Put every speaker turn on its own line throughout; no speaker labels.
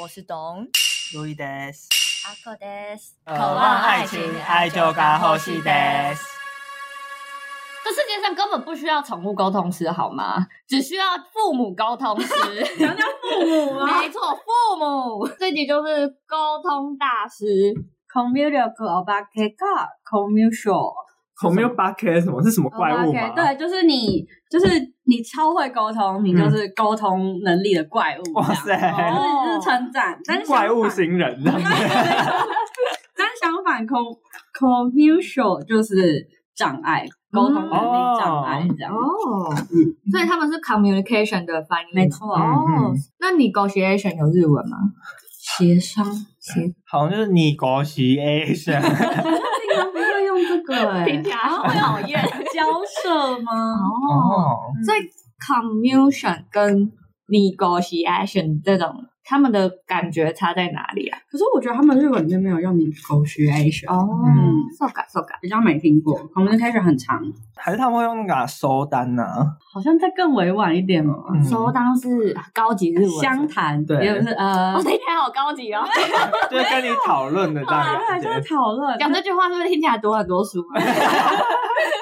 我是董
路易德斯，
阿克德斯，
渴望爱情，爱就该呼吸德。
这世界上根本不需要宠物沟通师，好吗？只需要父母沟通师。
讲讲父母啊，
没错，父母，这集就是沟通大师 c o m m u n i c a b a k e a commercial。
孔哦没有 b u c k 什么是什么怪物
哦
吗？
对，就是你，就是你超会沟通，你就是沟通能力的怪物。
嗯哇
这样
塞，
哦就是称赞，但
啊
是相
怪物
反
型人这样子
但相反 c o m m u n i c a l 就是障碍，沟通能
嗯
力障碍这样。
哦，所以他们是 communication 的翻译，
没错
哦
嗯嗯。
那你 negotiation 有日文吗？
协商，
协，
好像就是 negotiation，
这个不会用这个哎
听起来好讨 厌。
交涉吗？
哦，
哦，
所以 communication 跟 negotiation 这种，他们的感觉差在哪里啊？
可是我觉得他们日本里面没有用你狗学 A 学，
哦
嗯
受感受感，
比较没听过。我们的开始很长，
还是他们会用那个啊收单呢？
好像再更委婉一点哦。
嗯
首当是高级日文，
相谈，
对
也不是呃
哦，，听起来好高级哦。
就是跟你讨论的这
啊
样
对，
感
就是
觉。
讨论，
讲这句话是不是听起来读很多书？啊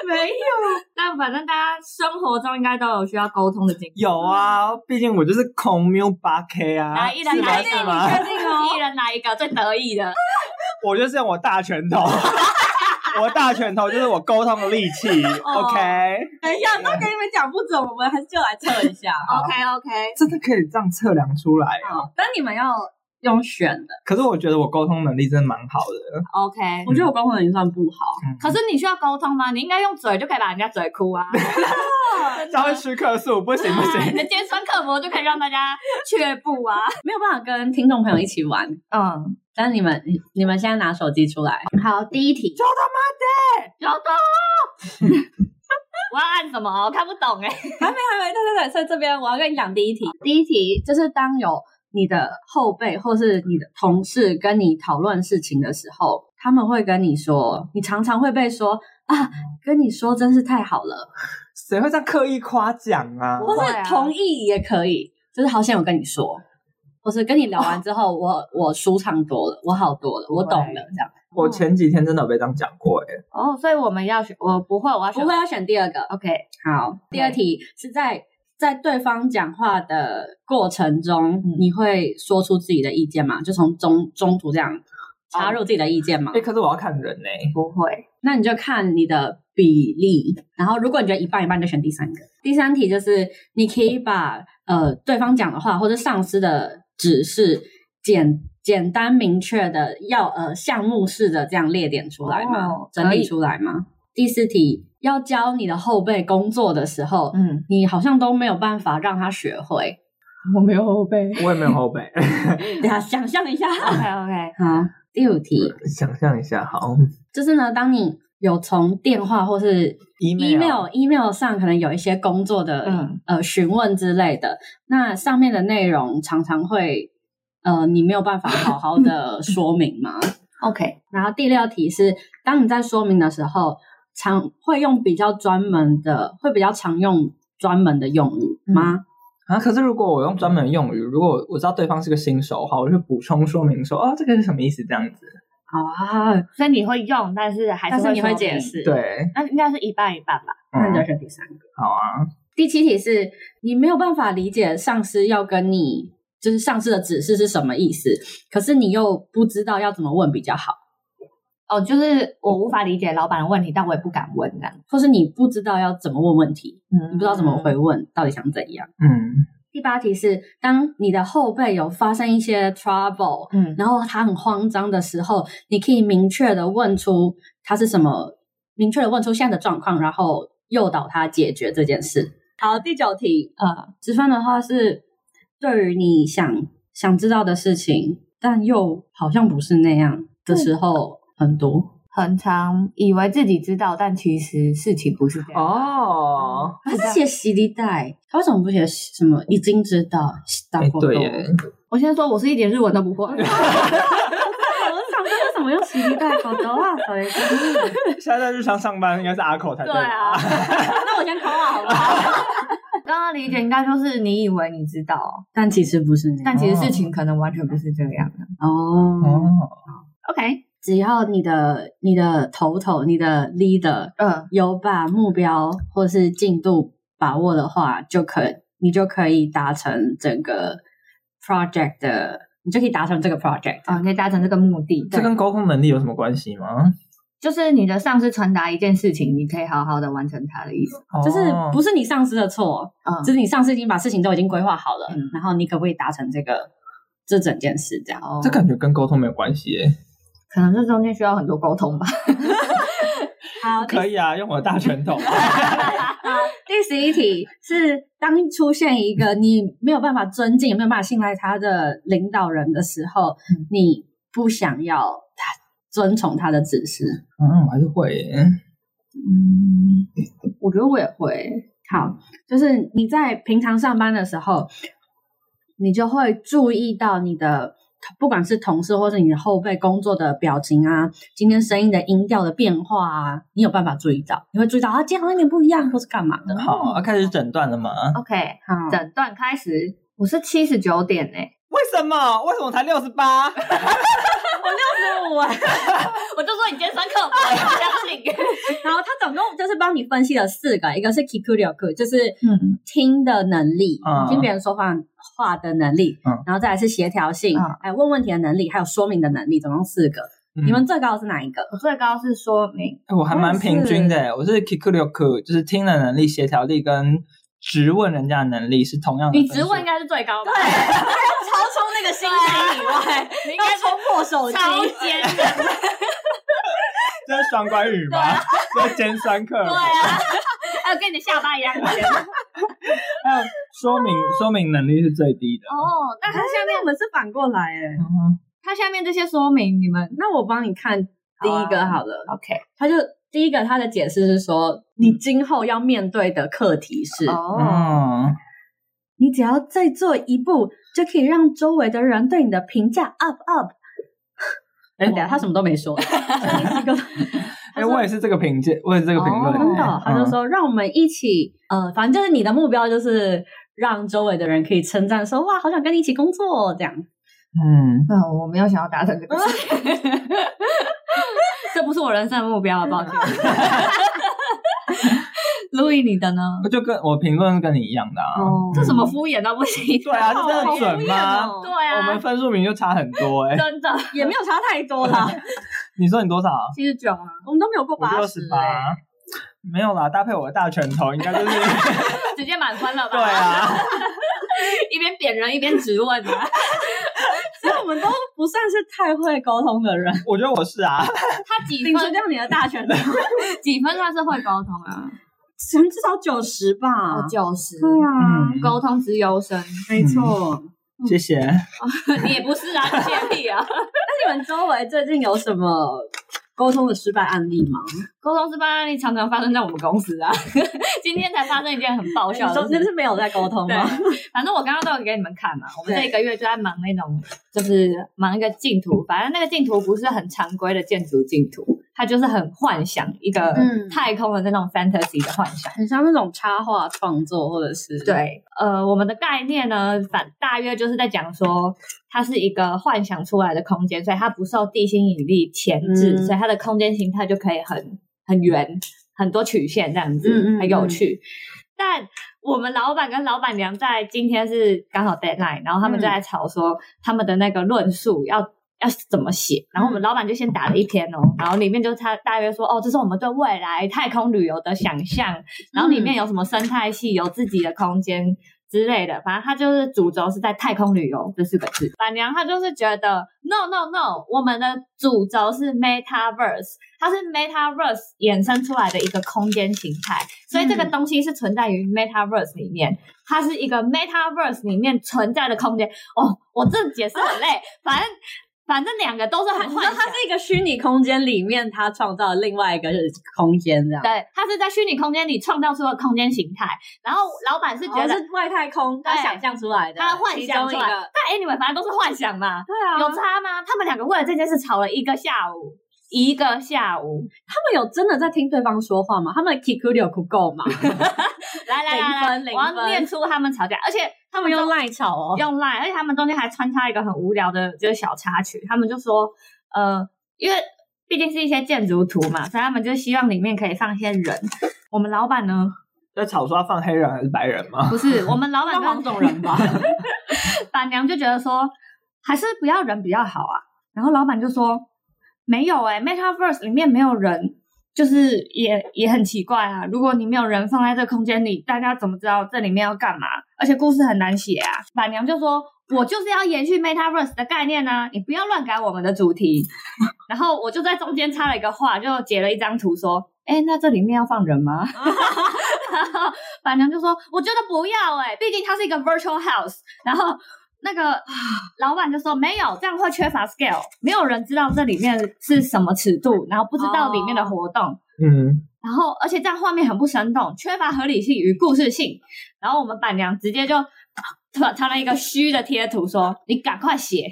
没有， 但反正大家生活中应该都有需要沟通的经历。
有啊，毕竟我就是孔没有 b u k 啊，
来，一
是
人
吧
来一
是
个，你
吗？
确定哦？一人来一个最得意的，
我就是用我大拳 头，我大拳头就是我沟通的利器。OK，
哦
等一下，都跟你们讲不准，我们还是就来测一下。
好
OK OK，
真的可以这样测量出来啊。
好，但你们要用选的，
可是我觉得我沟通能力真的蛮好的。嗯
OK，
我觉得我功能已经算不好。
可是你需要沟通吗？你应该用嘴就可以把人家嘴哭啊，真
稍微
的。
吃克数，不行 不
你
行。
的尖酸刻薄就可以让大家 却步啊。
没有办法跟听众朋友一起玩。
嗯，
但是你们，你们现在拿手机出来，
好，第一题。小豆， 我要按什么？我看不懂哎。
还没，对对对，所以这边我要跟你讲第一题。第一题就是当有你的后辈或是你的同事跟你讨论事情的时候，他们会跟你说，你常常会被说啊，跟你说真是太好了，
谁会这样刻意夸奖啊？
不
或
会
是
啊
同意也可以，就是好想有跟你说，或是跟你聊完之后，我我舒畅多了，我好多了，我懂了，这样。
我前几天真的有被这样讲过哎、
哦，所以我们要选，我不会，我要选
不会要选第二个。
OK，
好，第二题是在在对方讲话的过程中，
嗯
你会说出自己的意见吗？就从中中途这样插入自己的意见吗？
哎、可是我要看人哎、
不会。
那你就看你的比例，然后如果你觉得一半一半，你就选第三个。第三题就是你可以把呃对方讲的话或者上司的指示简简单明确的要呃项目式的这样列点出来吗？
哦
整
可
理
以
出来吗？第四题要教你的后辈工作的时候，
嗯，
你好像都没有办法让他学会。
我没有后背。
我也没有后背。
大家想象一下。
OK OK，
好，第五题
想象一下，好
就是呢，当你有从电话或是
，email
email email 上可能有一些工作的、
嗯
呃询问之类的，那上面的内容常常会呃你没有办法好好的说明嘛。
OK，
然后第六题是，当你在说明的时候，常会用比较专门的，会比较常用专门的用语吗？
啊。可是如果我用专门用语，如果我知道对方是个新手的话，我就补充说明说，哦，这个是什么意思这样子。
啊，
所以你会用，但是还是
但是你会
说
解
明，
释，，
对，
那应该是一半一半吧。
那你就
嗯，
选第三个。
好啊，
第七题是你没有办法理解上司要跟你，就是上司的指示是什么意思，可是你又不知道要怎么问比较好，
哦，就是我无法理解老板的问题，但我也不敢问啊这样。
或是你不知道要怎么问问题，
嗯
你不知道怎么回。问，到底想怎样？
嗯，
第八题是当你的后辈有发生一些 trouble，
嗯，
然后他很慌张的时候，你可以明确的问出他是什么，明确的问出现在的状况，然后诱导他解决这件事。好，第九题，呃，直翻的话是对于你想想知道的事情，但又好像不是那样的时候很多。
很常以为自己知道，但其实事情不
嗯
是这样。
哦，
还是写洗礼带，他为什么不写什么已经知道？
哎、对耶，
我先说，我是一点日文都不 会。
我想说为什么用洗礼带搞到啊？
现在在日常上班应该是阿口才
对啊
吧？，
啊那我先考好不好？
刚刚理解应该就是你以为你知道，
但其实不是那样。
但其实事情可能完全不是这个样的。
哦，
哦，
OK，
只要你的你的头头、你的 leader
嗯，
有把目标或是进度把握的话，就可你就可以达成整个 project 的，你就可以达成这个 project。
啊，你可以达成这个目的。
这跟沟通能力有什么关系吗？
就是你的上司传达一件事情，你可以好好的完成它的意思。
就是
哦
不是你上司的错，
嗯
就是你上司已经把事情都已经规划好了，
嗯
然后你可不可以达成这个这整件事这样？
哦
这感觉跟沟通没有关系耶。
可能这中间需要很多沟通吧。
好，
可以啊，用我的大拳头。
第十一题是：当出现一个你没有办法尊敬、没有办法信赖他的领导人的时候，
嗯
你不想要他遵从他的指示。
嗯，我还是会耶。
嗯，我觉得我也会。
好，就是你在平常上班的时候，你就会注意到你的。不管是同事或是你的后辈工作的表情啊，今天声音的音调的变化啊，你有办法注意到，你会注意到啊，今天好像有点不一样，或是干嘛的。
好，要开始诊断了吗？
OK，
好，
诊断开始，我是七十九点呢、
为什么？为什么才六十八？
我
我就说你今天上课，我不相信。
然后他总共就是帮你分析了四个，一个是 kikuryoku，就是
嗯
听的能力，
嗯
听别人说话话的能力，
嗯
然后再来是协调性，
嗯
还有问问题的能力，还有说明的能力，总共四个。
嗯
你们最高是哪一个？
我最高是说明，
哎我还蛮平均的耶，我是 kikuryoku，就是听的能力、协调力跟质问人家的能力是同样的分
你
数。
职位应该是最高吧？
超出那个星星以外，
你应
要
该
冲破手
超
机。
尖的，
这是双关语吗？ 这是尖酸刻薄。
啊， 还有跟你的下巴一样尖。
还有说明说明能力是最低的。
哦，那它下面
我们是反过来哎，
嗯
它下面这些说明，你们
那我帮你看第一个好啊了。
OK？
他就第一个他的解释是说，你今后要面对的课题是，
哦，
哦，
你只要再做一步，就可以让周围的人对你的评价 up up。哎、
哎
等一下他什么都没 说，他就
哎，我也是这个评价，我也是这个评论。
哦
真的，他就
嗯，
说让我们一起，呃，反正就是你的目标就是让周围的人可以称赞说哇，好想跟你一起工作哦这样。
嗯，
嗯，我没有想要达成这 个事情，这不是我人生的目标啊，抱 歉。路易，你的呢？
我就跟我评论跟你一样的啊。
哦
这什么敷衍到不行？
对啊，这真的准吗？
好敷衍哦
对啊
我们分数名就差很多哎。
真的
也没有差太多啦，
你说你多少？
七十九啊，
我们都没有过
我
八
六
十、
十
欸。
八。没有啦，搭配我的大拳头，应该就是
直接满分了吧？
对，啊。
一边贬人一边质问啊。
所以我们都不算是太会沟通的人。
我觉得我是啊，
他几
顶出
分？
掉你的大拳头，
几分他是会沟通啊？
至少哦九十吧。
九十
对啊，
嗯
哦沟通之优生，
没错。
谢谢。
你也不是啊，你偏僻啊。
那你们周围最近有什么沟通的失败案例吗？
沟通失败案例常常发生在我们公司啊， 今天才发生一件很爆
我
笑的
说
事
真
情。
是没有在沟通
对
吗？，
反正我刚刚都有给你们看嘛，我们
对
这一个月就在忙那种，就是忙一个净
嗯
图，反正那个净图不是很常规的建筑净图，它就是很幻想一个
嗯
太空的那种 fantasy 的幻想。
很像那种插画创作，或者是，
对，呃，我们的概念呢，反大约就是在讲说，它是一个幻想出来的空间，所以它不受地心引力牵制，
嗯
所以它的空间形态就可以很很圆，很多曲线这样子，
嗯嗯
很有
嗯
趣。但我们老板跟老板娘在今天是刚好 deadline，然后他们就
嗯
在吵说他们的那个论述要要怎么写，然后我们老板就先打了一篇哦，然后里面就他大约说哦，这是我们对未来太空旅游的想象，然后里面有什么生态系，有自己的空间之类的，反正他就是主轴是在太空旅游这四个字。板娘她就是觉得 no no no，我们的主轴是 metaverse，它是 metaverse 衍生出来的一个空间形态，所以这个东西是存在于 metaverse 里面，它是一个 metaverse 里面存在的空间。哦，我这解释很累，反正反正两个都是
它，
很
你
幻
说
想
它。是一个虚拟空间里面，它创造另外一个空间这样。
对，它是在虚拟空间里创造出了空间形态，然后老板是
是
觉
觉
得
得、哦是外太空，他
对
想象出来的，
他幻想
其
出
中
来
一个，
但 anyway，反正都是幻想嘛，
对啊，
有差吗？他们两个为了这件事吵了一个下午，一个下午。
他们有真的在听对方说话吗？他们 kiku 有哭够吗？
来来来
零分
来，
零
我要
分
念出他们吵架，而且他
他
们
们
中
用赖吵哦。
用 Line，而且他们中间还穿插一个很无聊的，就是小插曲。他们就说，呃，因为毕竟是一些建筑图嘛，所以他们就希望里面可以放一些人。我们老板呢，
在吵说要放黑人还是白人吗？
不是我们老板
当
跟
黄种人吧，
板娘就觉得说，还是不要人比较好啊。然后老板就说，没有哎、m e t a v e r s e 里面没有人，就是也也很奇怪啊。如果你没有人放在这个空间里，大家怎么知道这里面要干嘛？而且故事很难写啊。板娘就说。我就是要延续 MetaVerse 的概念啊，你不要乱改我们的主题。然后我就在中间插了一个话，就截了一张图说：“哎、那这里面要放人吗？” 然后板娘就说：“我觉得不要哎、毕竟它是一个 virtual house。”然后那个啊老板就说没有，这样会缺乏 scale，没有人知道这里面是什么尺度，然后不知道里面的活动，
嗯，
然后而且这样画面很不生动，缺乏合理性与故事性。然后我们板娘直接就传传了一个虚的贴图说，你赶快写，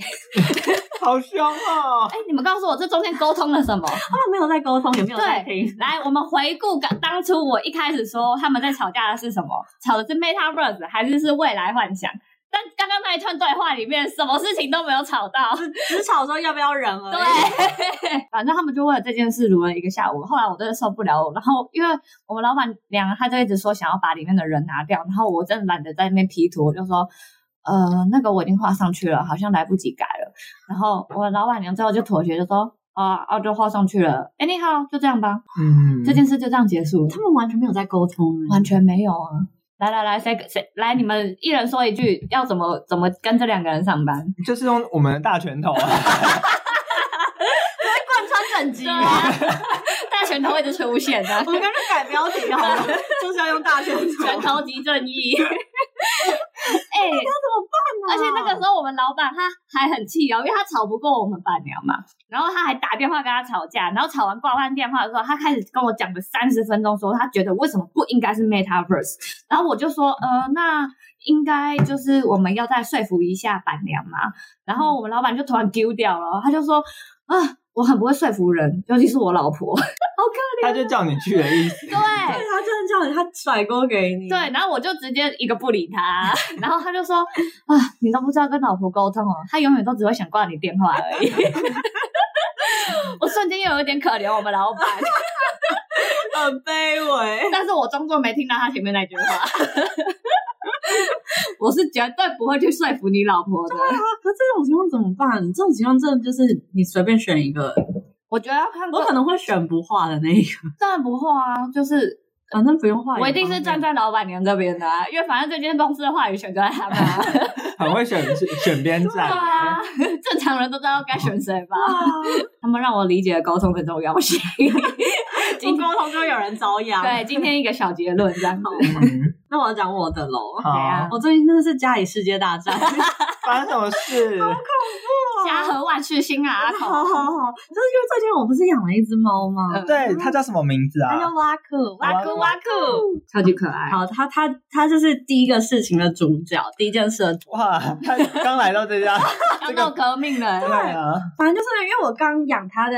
好凶哦！
哎，你们告诉我这中间沟通了什么？
他们没有在沟通，也没有在听。
来，我们回顾刚当初我一开始说他们在吵架的是什么？吵的是 MetaVerse 还是是未来幻想？但刚刚那一串对话里面，什么事情都没有吵到。
只吵说要不要忍而已。
对，反正他们就为了这件事撸了一个下午。后来我真的受不了，然后因为我们老板娘她就一直说想要把里面的人拿掉，然后我真的懒得在那边 P 图，我就说。呃，那个我已经画上去了，好像来不及改了。然后我老板娘最后就妥协，就说啊，啊，就画上去了。哎，你好，就这样吧，
嗯，
这件事就这样结束了
他。们完全没有在沟通，欸
完全没有啊！来来来，谁谁来？你们一人说一句，要怎么怎么跟这两个人上班？
就是用我们的大拳头啊，
贯穿整集
对啊， 大拳头一直出现的、
我们干脆改标题好 了，就是要用大拳头
拳头即正义。 哎、而且那个时候我们老板他还很气哦，因为他吵不过我们板娘嘛，然后他还打电话跟他吵架，然后吵完挂完电话的时候，他开始跟我讲了三十分钟，说他觉得为什么不应该是 MetaVerse，然后我就说，呃，那应该就是我们要再说服一下板娘嘛，然后我们老板就突然丢掉了，他就说，啊、我很不会说服人，尤其是我老婆，
他就叫你去的意思。
对
对，他真的叫你，他甩锅给你。
对，然后我就直接一个不理 他，然后他就说啊，你都不知道跟老婆沟通哦，他永远都只会想挂你电话而已。 我瞬间又有一点可怜我们老板，
很卑微。
但是我装作没听到他前面那句话。 我是绝对不会去说服你老婆的，
啊可是这种情况怎么办？这种情况真的就是你随便选一个，
我觉得要看个
我可能会选不画的那一个，
当然不会啊，就是
反正不用画也方便。
我一定是站在老板娘这边的、啊，因为反正这间公司的话语权就在他们、 啊。
很会选选边
对
站，
啊，正常人都知道该选谁吧？
啊。
他们让我理解了沟通的重要性。今
不沟通就有人遭殃。
对，，今天一个小结论这样子。
嗯，
那我要讲我的喽。
好
样，
我最近真的是家里世界大战，
发生什么事？
家和万事兴啊，阿
好好
口。
好，就是因为最近我不是养了一只猫吗？
嗯
对，他叫什么名字
它叫
啊？
拉克，拉
哇酷哇酷，超级可爱。
好，啊它它它就是第一个事情的主角，第一件事的主
哇，他刚来到这家，
要
这个
闹革命
对
了，
啊，
反正就是因为我刚养它的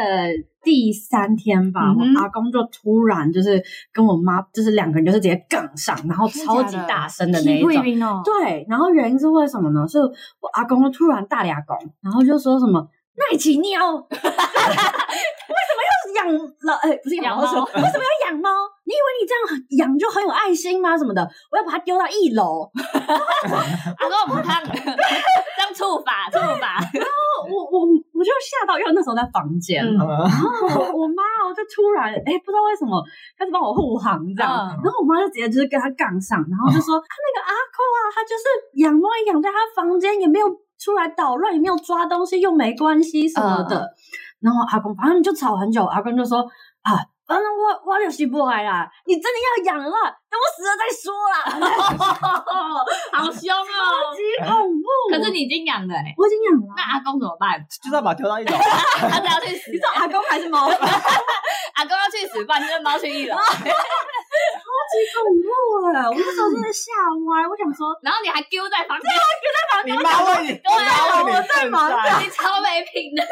第三天吧，
嗯哼
我阿公就突然就是跟我妈，就是两个人就是直接杠上，然后超级大声的那一种。
种哦
对，然后原因是为什么呢？是我阿公就突然大俩公，然后就说什么奈奇喵， 为什么要养老？哎、不是养老
养猫
为什么要养猫？你以为你这样养就很有爱心吗？什么的？我要把它丢到一楼，
阿公 我们烫，这样处罚处罚。
我我我就吓到，因为那时候在房间，
嗯
嗯
然后我我妈哦就突然哎、不知道为什么开始帮我护航这样，
嗯
然后我妈就直接就是跟她杠上，然后就说、啊那个阿扣啊，他就是养猫也养在他房间，也没有出来捣乱，也没有抓东西，又没关系什么的。然后阿公反正就吵很久，阿公就说啊。反正我我就是不来啦，你真的要养了，等我死了再说啦。
好凶
超
哦！
级恐怖，
可是你已经养了欸，
我已经养了
那，阿公怎么办？
就是要把它丢到一楼。
他只要去死，
公还是猫？
阿公要去死，不然就是猫去一楼。
恐怖了，我那时候真的吓歪，我想说
然后你还丢在房间，
你妈问你，你
啊
妈问你正在，
你超没品的。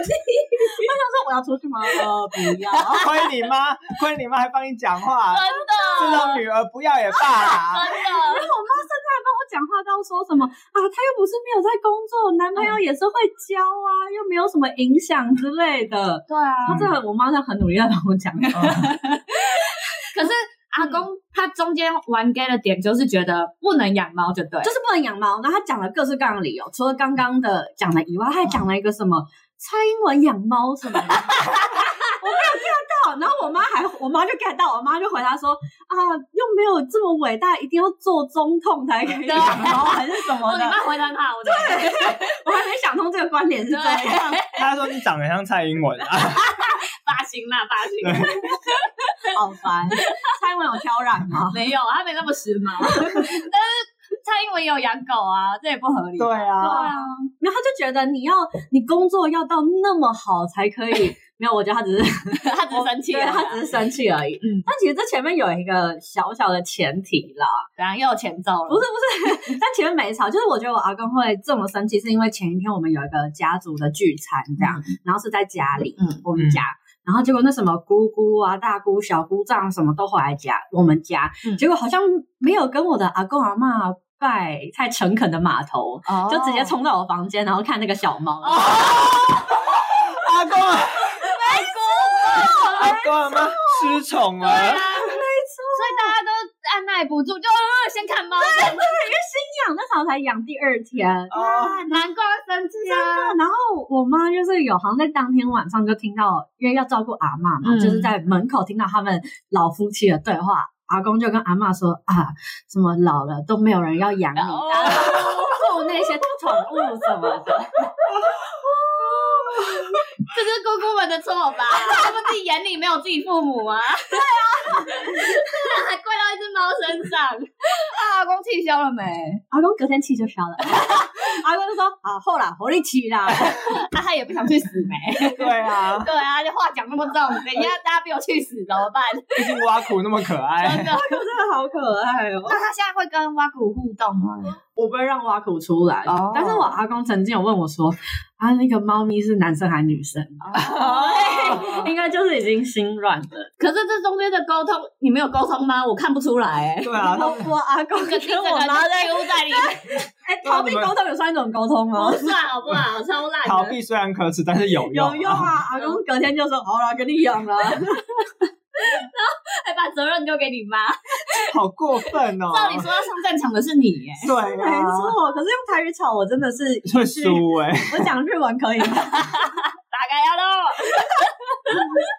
我要出去吗？呃，不要。
亏你妈，亏你妈还帮你讲话，
真
这
的，
种女儿不要也罢啦。
真的，
我妈甚至还帮我讲话到说什么啊，她又不是没有在工作，男朋友也是会交啊，又没有什么影响之类的。
对啊。
她这个我妈在很努力的帮我讲，
可是阿公他中间玩 gay 的点就是觉得不能养猫，就对了，
就是不能养猫。然后她讲了各式各样的理由，除了刚刚的讲的以外，她还讲了一个什么蔡英文养猫什么的。我没有 get 到，然后我妈还，我妈就 get 到，我妈就回答说啊，又没有这么伟大，一定要做总统才可以
对
养猫还是什么
哦，你
的，
妈回答他，我对，
我还没想通这个观点是这样。
她说你长得像蔡英文啊，
发型啦，发型
好烦。蔡英文有挑染吗？
没有，啊他没那么时髦。 但是蔡英文也有养狗啊，这也不合理。
对啊，
啊，然后他就觉得你要你工作要到那么好才可 以。没有，我觉得他只是
啊他只是生气
对
了啦，
他只是生气而已。
嗯
但其实这前面有一个小小的前提啦，
怎样啊又有前奏了？
不是不是，但前面没吵。就是我觉得我阿公会这么生气，是因为前一天我们有一个家族的聚餐，这样，然后是在家里，
嗯
我们家。然后结果那什么姑姑啊、大姑、小姑丈什么都回来家，我们家，
嗯
结果好像没有跟我的阿公阿妈拜太诚恳的码头，
哦
就直接冲到我房间，然后看那个小猫。
阿 公啊，阿公阿妈失宠
对啊，
了
没。错，所以大家都按耐不住，就呃先看猫。对
养那时候才养第二天，
哦，
啊，难怪会生气啊！
然后我妈就是有好像在当天晚上就听到，因为要照顾阿嬷嘛，
嗯
就是在门口听到他们老夫妻的对话。阿公就跟阿嬷说啊，什么老了都没有人要养你，
哦
大家都护那些宠物什么的。
这就是姑姑们的错吧？他们自己眼里没有自己父母 啊？对啊，还怪到一只猫身上。啊，阿公气消了没？
阿公隔天气就消了， 阿公就说啊，后啦，活力气啦，
那啊他也不想去死没？
对 啊，
对啊，就话讲那么重，等一下大家被我去死怎么办？
毕竟挖苦那么可爱
真。的？
真的好可爱哦。
那他现在会跟挖苦互动吗？
我不会让挖苦出来。
哦
但是我阿公曾经有问我说，啊，那个猫咪是男生还是女生？
哦
哦 应该就是已经心软了。
可是这中间的沟通，你没有沟通吗？我看不出来、欸。
对啊，
然后我阿公
你整
跟
个
我妈在，
丢在里 面，
哎、逃避沟通有算一种沟通吗
不？算好不好？超烂的。
逃避虽然可耻，但是有用。
有用啊！阿公隔天就说：“哦好啦，给你养 啦。
还把责任丢给你妈。
好过分哦！
照理说要上战场的是你耶，
对
没
啊，
错，可是用台语吵我真的是
会输哎。
我讲日文可以吗？
大概要喽。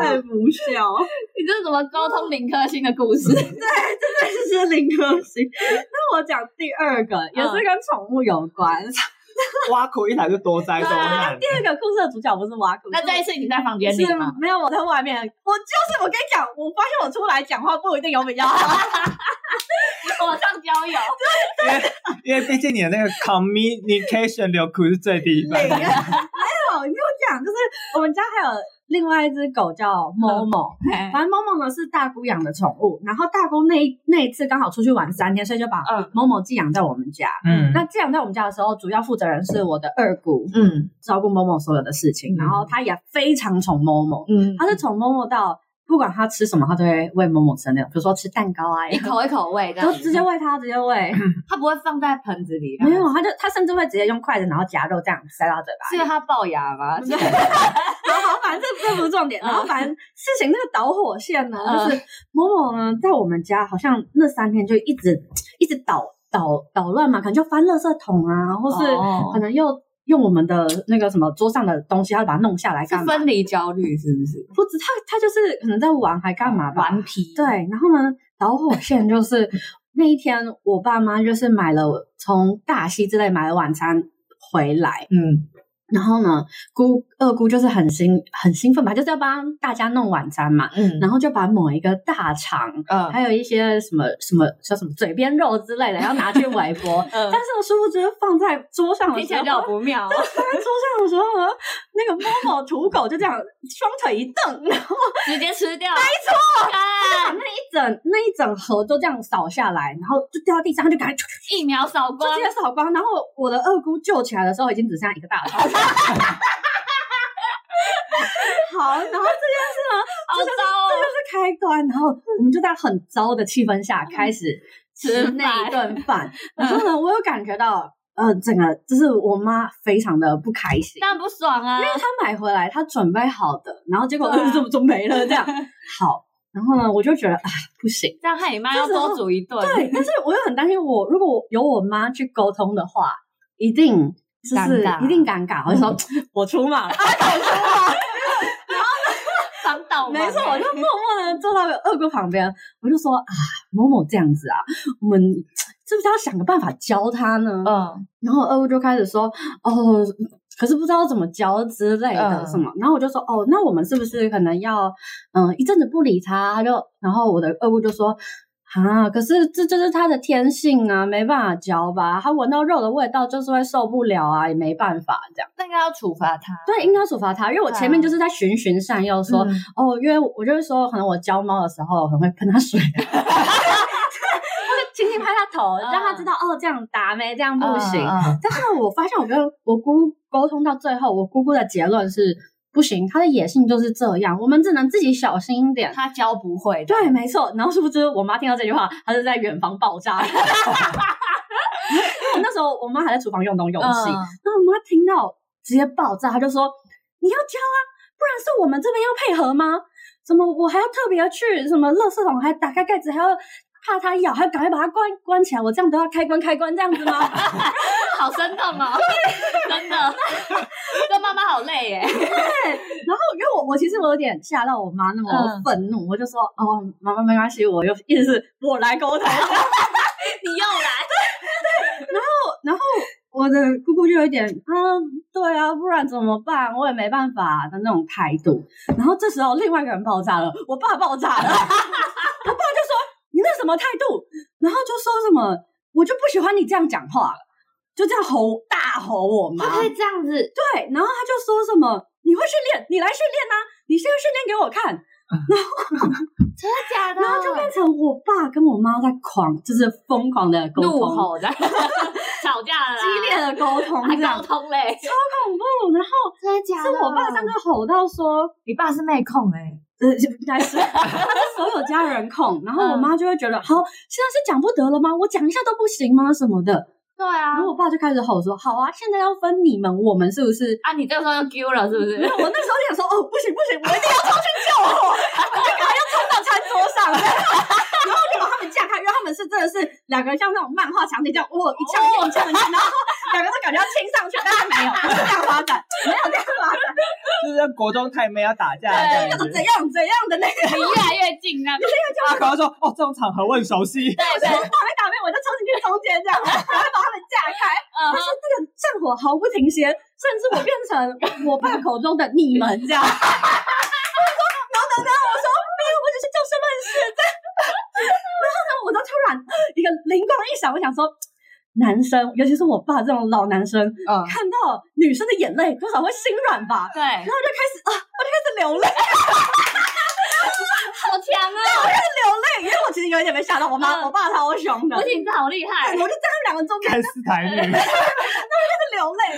太不孝，
你这是什么沟通零颗星的故事？
这是零颗星。那我讲第二个，也是跟宠物有关。
挖苦一来就多灾多
啊
难。
第二个故事的主角不是挖苦，
那
是
这一次你在房间里
是
吗？
没有，我在外面。我就是我跟你讲，我发现我出来讲话不一定有比较好。
我哦上交 友，
因为毕竟你的那个 communication 流苦是最低
没
分的
有，没有，你听我讲，就是我们家还有另外一只狗叫某某，反正某某呢是大姑养的宠物。然后大姑那一那一次刚好出去玩三天，所以就把
嗯
某某寄养在我们家。
嗯，
那寄养在我们家的时候，主要负责人是我的二姑，
嗯
照顾某某所有的事情，然后她也非常宠某某，
嗯，
她是从某某到不管她吃什么，她都会喂某某吃的那种，比如说吃蛋糕 啊，
一口一口喂的
都，直接喂它，直接喂。
他不会放在盆子里，
没有，，他就他甚至会直接用筷子，然后夹肉这样塞到嘴
是
巴里。
他龅牙吗？
然后反正这这不是重点，然后反正事情那个导火线呢，
嗯
就是某某呢在我们家好像那三天就一直一直捣捣捣乱嘛，可能就翻垃圾桶啊，或是
哦
可能又。用我们的那个什么桌上的东西，他就把它弄下来干
是
嘛？
分离焦虑是不是？
不知他他就是可能在玩还干嘛吧？
顽皮，
对，然后呢，导火线就是那一天，我爸妈就是买了从大溪之类买了晚餐回来，
嗯，
然后呢，姑二姑就是很兴很兴奋吧，就是要帮大家弄晚餐嘛，
嗯
然后就把某一个大肠，
嗯
还有一些什么什么叫什么嘴边肉之类的，要拿去微波。但
嗯
是，我殊不知放在桌上的
听起
时
来
候，
就好不妙哦。
在桌上的时候呢，那个某某土狗就这样双腿一蹬，然后
直接吃掉，没错，
把那一整那一整盒都这样扫下来，然后就掉到地上，他就赶快就
一秒扫光
直，接扫光。然后我的二姑救起来的时候，已经只剩下一个大肠。 好，然后
好糟哦
就是开端，然后我们就在很糟的气氛下开始
嗯吃
吃那
饭嗯
一顿 饭。然后呢，我有感觉到，呃，整个就是我妈非常的不开心。
但不爽啊
因为。她买回来，她准备好的，然后结果呃
对啊
怎么就没 了这样。好，然后呢，我就觉得啊，不行。
这样害你妈要多煮一顿，
对，但是我又很担心我，如果我有我妈去沟通的话，一定就是
尴尬嗯
一定尴尬。我就说我出马了，
伤到我。
没错，我就默默的坐到二哥旁边，我就说啊，某某这样子啊，我们是不是要想个办法教他呢？
嗯，
然后二哥就开始说，哦，可是不知道怎么教之类的
嗯
什么。然后我就说，哦，那我们是不是可能要，嗯，一阵子不理他？他就，然后我的二姑就说。啊！可是这就是他的天性啊，没办法教吧？他闻到肉的味道就是会受不了啊，也没办法这样。
那应该要处罚他。
对，应该处罚他，因为我
对啊
前面就是在循循善诱说，
嗯
哦，因为我就是说，可能我教猫的时候很会喷它水，我就轻轻拍它头，让它知道、哦，这样打没，这样不行。
嗯
但是呢，我发现我跟我姑沟通到最后，我姑姑的结论是不行，它的野性就是这样，我们只能自己小心一点
嗯。他教不会的，
对，没错。然后殊不知，我妈听到这句话，她就在远房爆炸。 那时候我妈还在厨房用东用
嗯，
西，然后我妈听到直接爆炸，她就说：“你要教啊，不然是我们这边要配合吗？怎么我还要特别去什么垃圾桶还打开盖子，还要怕它咬，还要赶快把它关关起来？我这样都要开关开关这样子吗？”
好生动哦， 真的， 这妈妈好累耶。
然后因为我我其实我有点吓到我妈那么
嗯
愤怒，我就说：“哦，妈妈没关系，我又意思是我来沟通。”
你又来，
然后我的姑姑就有一点，嗯，对啊，不然怎么办？我也没办法的那种态度。然后这时候另外一个人爆炸了，我爸爆炸了，我 爸就说你那什么态度？然后就说什么我就不喜欢你这样讲话了，就这样吼大吼我妈。
他可以这样子，
对，然后他就说什么你会训练，你来训练呐、你先训练给我看。
真的假的？
然后就变成我爸跟我妈在狂，就是疯狂的沟
怒
通，
吼的， 啊吵架了啦，
激烈的沟通，
还
这样
沟通嘞，
恐怖。然后
真的假
是我爸上次吼到说，
你爸是妹控哎，
呃，就应该是 他是所有家人控，然后我妈就会觉得，好，现在是讲不得了吗？我讲一下都不行吗？什么的。
对啊
然后我爸就开始吼说，好啊，现在要分你们，我们是不是？
啊，你这个时候就丢了是不是
没有，？我那时候就想说，哦，不行不行，我一定要冲去救火， 我就赶快要冲到餐桌上， 然后就把他们架开，因为他们是真的是两个像那种漫画场景这样，哇，一枪一枪一枪，然后两个都感觉要亲上去，但是没有，不是这样发展，没有这样发展，
就是在国中太妹要打架的感
就是怎
觉。
样怎样的那个。
你越来越近 那边，
他可能说：“哦，这种场合我很熟悉。
对对，
打没打没，我就冲进去中间这样，然后把他们架开。
嗯
但是这个战火毫不停歇，甚至我变成我爸口中的你们这样。我 说，然后等等，我说没有，我只是叫身份证。 然后呢，我就突然一个灵光一闪，我想说。男生，尤其是我爸这种老男生，
嗯
看到女生的眼泪，多少会心软吧？
对，
然后就开始啊，我就开始流泪，
好强 啊！
流泪，因为我其实有一点被吓到，我妈、
嗯
我爸超凶的，
不行，这好厉害
我就在他，们两个中”间
看斯台女，
流泪，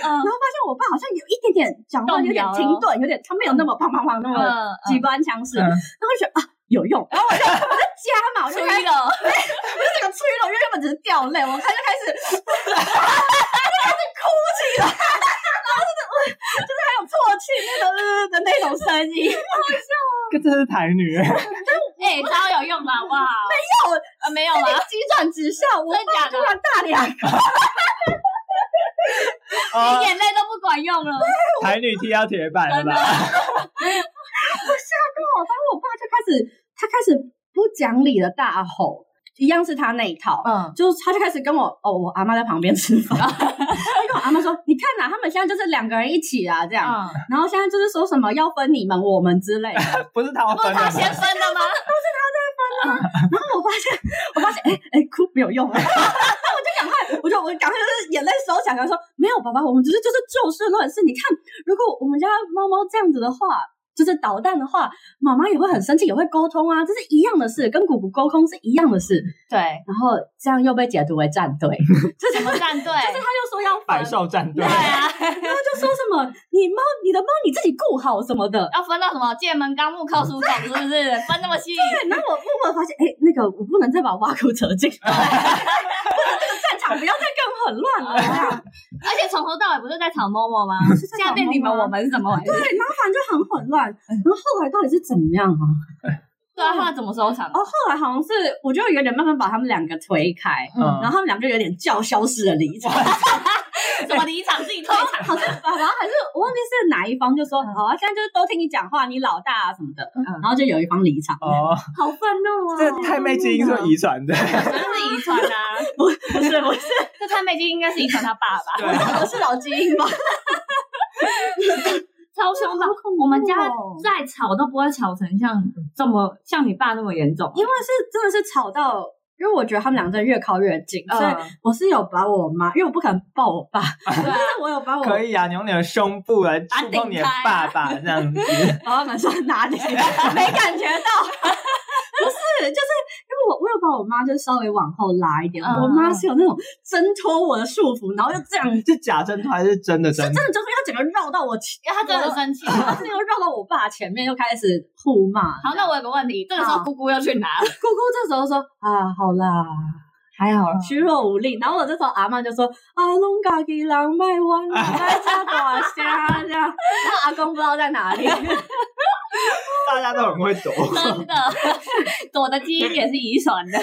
嗯
然后发现我爸好像有一点点讲话
动
有点
摇了
停顿，有点他没有那么砰砰砰那么
嗯，
机关枪式，
嗯
然后就觉得啊有 用，然后我就我就加嘛，我就
吹
开始
了，
这个吹了，因为原本只是掉泪，我他就开始 就开始哭起来，然后就是就是还有啜泣那种呃的那种声音，
跟这是台女，
哎，超有用的好不好？
有
啊没有啊，
急转直下，我
真的假的
爸突然大两个，
哦
你，眼泪都不管用了，
台女踢到铁板了吧？
我爸就开始他开始不讲理的大吼。一样是他那一套，
嗯，
就是他就开始跟我哦，我阿妈在旁边吃饭， 他就跟我阿妈说，你看呐、他们现在就是两个人一起啊，这样，
嗯，
然后现在就是说什么要分你们我们之类的，
不是他分的
他
吗？
先分的吗？
然后我发现，我发现，哎、哎、哭没有用、 啊，然后我就赶快，我就我赶快就是眼泪收起来，然后说没有，爸爸，我们只是就是就事论事。你看，如果我们家猫猫这样子的话，就是捣蛋的话，妈妈也会很生气，也会沟通啊，这是一样的事，跟姑姑沟通是一样的事。
对，
然后这样又被解读为站队，
什么战队？
但是他又说要分，
百兽战队
对，啊，
然后就说什么你猫你的猫你自己顾好什么的，
要分到什么剑门纲目科属种，是不是？分那么细？
对，然后我默默发现，哎、那个我不能再把挖苦扯进 来，不能这个战场不要再更混乱了。这样
而且从头到尾不是在吵某某吗？
是在
现
吵
在变你们
某某啊
我们是怎 么回
对
事？，
然后反正就很混乱。然后后来到底是怎么样啊？
对啊，后来怎么收场？
哦，后来好像是我就有点慢慢把他们两个推开，
嗯
然后他们两个就有点叫嚣式的 离场。
什么离场自己退场？
好像爸爸还是我忘记是哪一方就说好啊，现在就是都听你讲话，你老大啊什么的，然后就有一方离场，
哦，
好愤怒啊！
这太妹基因是遗传的，
可能是遗传啊，
不不是不是
这太妹基应该是遗传他爸爸，
我是老基因吧？
超凶吧？我们家
哦
再吵都不会吵成像这么像你爸那么严重，
因为是真的是吵到，因为我觉得他们俩真的越靠越近，所以
嗯
我是有把我妈，因为我不可能抱我爸，
对啊
但是我有把我
可以啊，你用你的胸部来触碰你的爸爸这样子，
把他们说哪里没感觉到。 不是，就是因为我我有把我妈就稍微往后拉一点，
嗯
我妈是有那种挣脱我的束缚，然后又这样，
是假真还是真的真
真？的就是她整个绕到我前，
因为他真的很 生气。
她真的又绕到我爸前面，又开始互骂。
好，那我有个问题，这个时候
好
姑姑又去哪了？
姑姑这时候说啊，好啦，
还 好了
虚弱无力。然后我这时候阿嬷就说啊，弄家己人卖弯， 卖吃大虾这样。然后阿公不知道在哪 里，
大家都很会躲，
真的，我的基因也是遗传 的。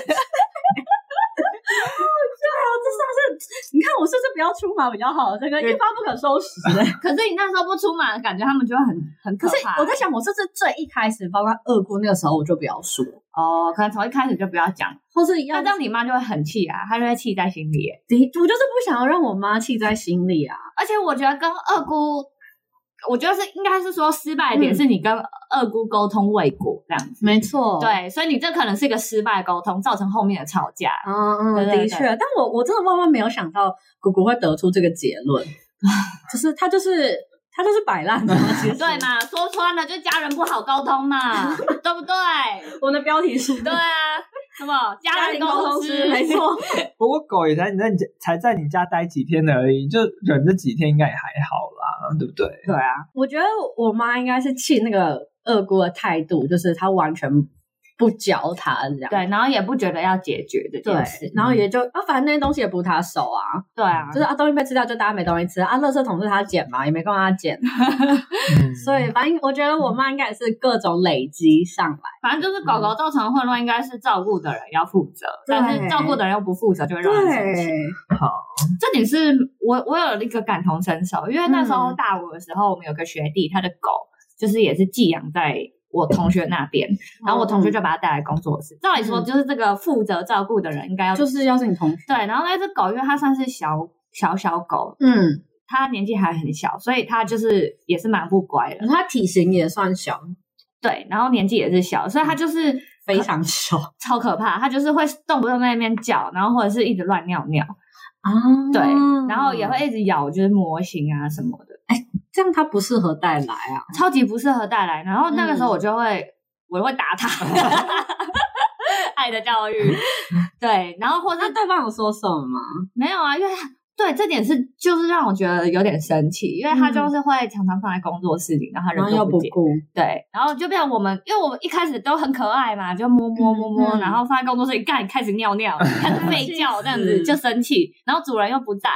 你看我是不是不要出门比较好？这个一发不可收拾。
可是你那时候不出马，感觉他们就会很很
可是
怕。
我在想，我是不是最一开始，包括二姑那个时候，我就不要说，
哦，可能从一开始就不要讲，
或是
那
要
这样你妈就会很气啊，她就会气在心里耶。
的，我就是不想要让我妈气在心里啊。
而且我觉得跟二姑，我觉得是应该是说失败的点
嗯
是你跟二姑沟通未果这样子。
没错，，
对，所以你这可能是一个失败沟通，造成后面的吵架。
嗯嗯，
对对对
的确，但我我真的万万没有想到姑姑会得出这个结 论，就是她就是她就是摆烂的，其实
对？嘛，说穿了就家人不好沟通 嘛，对不对？
我们的标题是
对啊，什 么家人通
师，没错，
不过狗也才你在你家才在你家待几天而已，就忍这几天应该也还好啦，对不对？
对啊，
我觉得我妈应该是气那个二姑的态度，就是她完全不教她这样。
对，然后也不觉得要解决这
对
件事，，
然后也就啊，反正那些东西也不是她手啊，
对啊，
就是啊，东西被吃掉就大家没东西吃啊，垃圾桶是他捡嘛，也没空他捡，
嗯
所以反正我觉得我妈应该也是各种累积上来，
反正就是狗狗造成混乱，应该是照顾的人要负责，
嗯对
但是照顾的人又不负责，就会让人生气。这点是我我有一个感同身受，因为那时候
嗯
大五的时候，我们有个学弟，他的狗就是也是寄养在我同学那边，然后我同学就把它带来工作室。照理说，
哦嗯
就是这个负责照顾的人应该要
就是要是你同学，
对，然后那只狗，因为它算是小小小狗，
嗯，
它年纪还很小，所以它就是也是蛮不乖的，
他体型也算小，
对，然后年纪也是小，所以它就是
非常小
超可怕，它就是会动不动在那边叫，然后或者是一直乱尿尿，
啊，
对，然后也会一直咬，就是模型啊什么的，
这样，他不适合带来啊，
超级不适合带来。然后那个时
嗯
候我就会，我会 打它。爱的教育，对，然后或者
那对方有说什么吗？
没有啊，因为对这点是就是让我觉得有点生气，因为他
嗯
就是会常常放在工作室里，然后他
然后
人
又
都
不
不见，
顾，
对，然后就变成我们，因为我们一开始都很可爱嘛，就摸摸摸摸，
嗯嗯
然后放在工作室里干，开始尿 尿，开始吠叫，这样子
气死
就生气，然后主人又不在，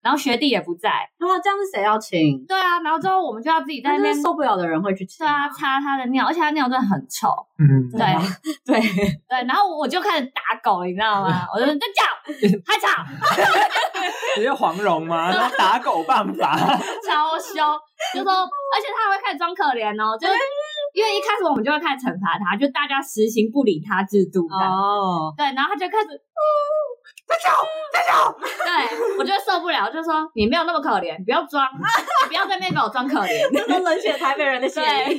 然后学弟也不在，
然后这样是谁要请？
对啊，然后之后我们就要自己在
但
那边
是。受不了的人会去请
对，啊，擦他的尿，而且他尿真的很臭。
嗯，
对
啊 对，
对，然后我就开始打狗，你知道
嗯
吗？我就在叫，还吵，
你是黄蓉 吗？然后打狗办法，
哎
超凶，就说，而且他还会开始装可怜哦，就是因为一开始我们就会开始惩罚他，就大家实行不理他制度这样。
哦，
对，然后他就开始， 再叫再叫，对我就受不了，就说你没有那么可怜，不要装，你不要在那边给我装可怜。
这种冷血台北人的心
对，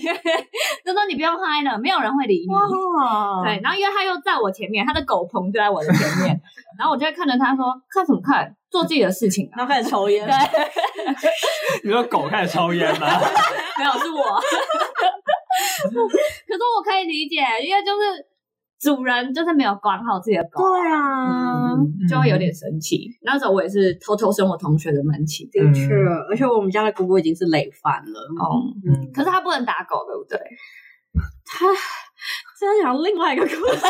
就说你不用嗨了，没有人会理你。
哇，
对，然后因为他又在我前面，他的狗棚就在我的前面，然后我就会看着他说：“看什么看？做自己的事情啊。
然后开始抽”烟
对，，
你说狗开始抽烟吗？
没有是我。 可是我可以理解，因为就是主人就是没有管好自己的狗，
对啊，
嗯
嗯
就会有点生气。那时候我也是偷偷生我同学的闷气。
的确，而且我们家的姑姑已经是累犯了，
哦，
嗯
可是他不能打狗，对不对？
真想另外一个故事，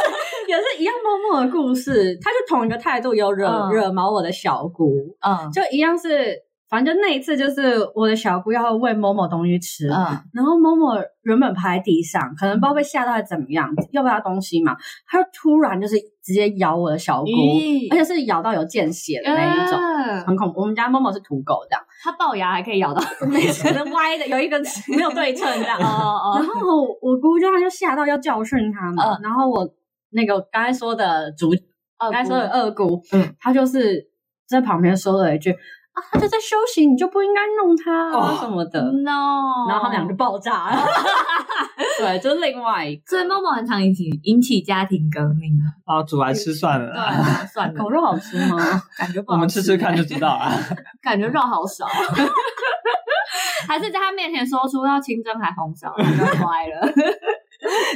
也是一样默默的故事，他就同一个态度，有惹、
嗯
惹毛我的小姑，
嗯
就一样是，反正就那一次就是我的小姑要喂某某东西吃，
嗯
然后某某原本趴在地上，可能不知道被吓到还是怎么样，要不要东西嘛，他就突然就是直接咬我的小姑，
咦
而且是咬到有见血的那一种。
嗯
很恐怖，我们家某某是土狗这样，
他龅牙还可以咬到。
每次能歪的有一个没有对称 这样，
哦
然
哦，
后我我姑姑就她就吓到要教训他嘛，
嗯
然后我那个刚才说的主，
哦
刚才说的二姑，
嗯，
她就是在旁边说了一句啊，她就在休息，你就不应该弄她啊
哦
什么的，
嗯 no，
然后他们俩就爆炸了， 对，就是另外 一个
所以默默很常引起引起家庭革命 啊。
啊，煮来吃算了啦，
对，算了
狗，肉好吃吗？
感觉不
我
好
们吃吃看
欸
就知道啊。
感觉肉好 少。还是在他面前说出要清蒸还红烧，他就乖了。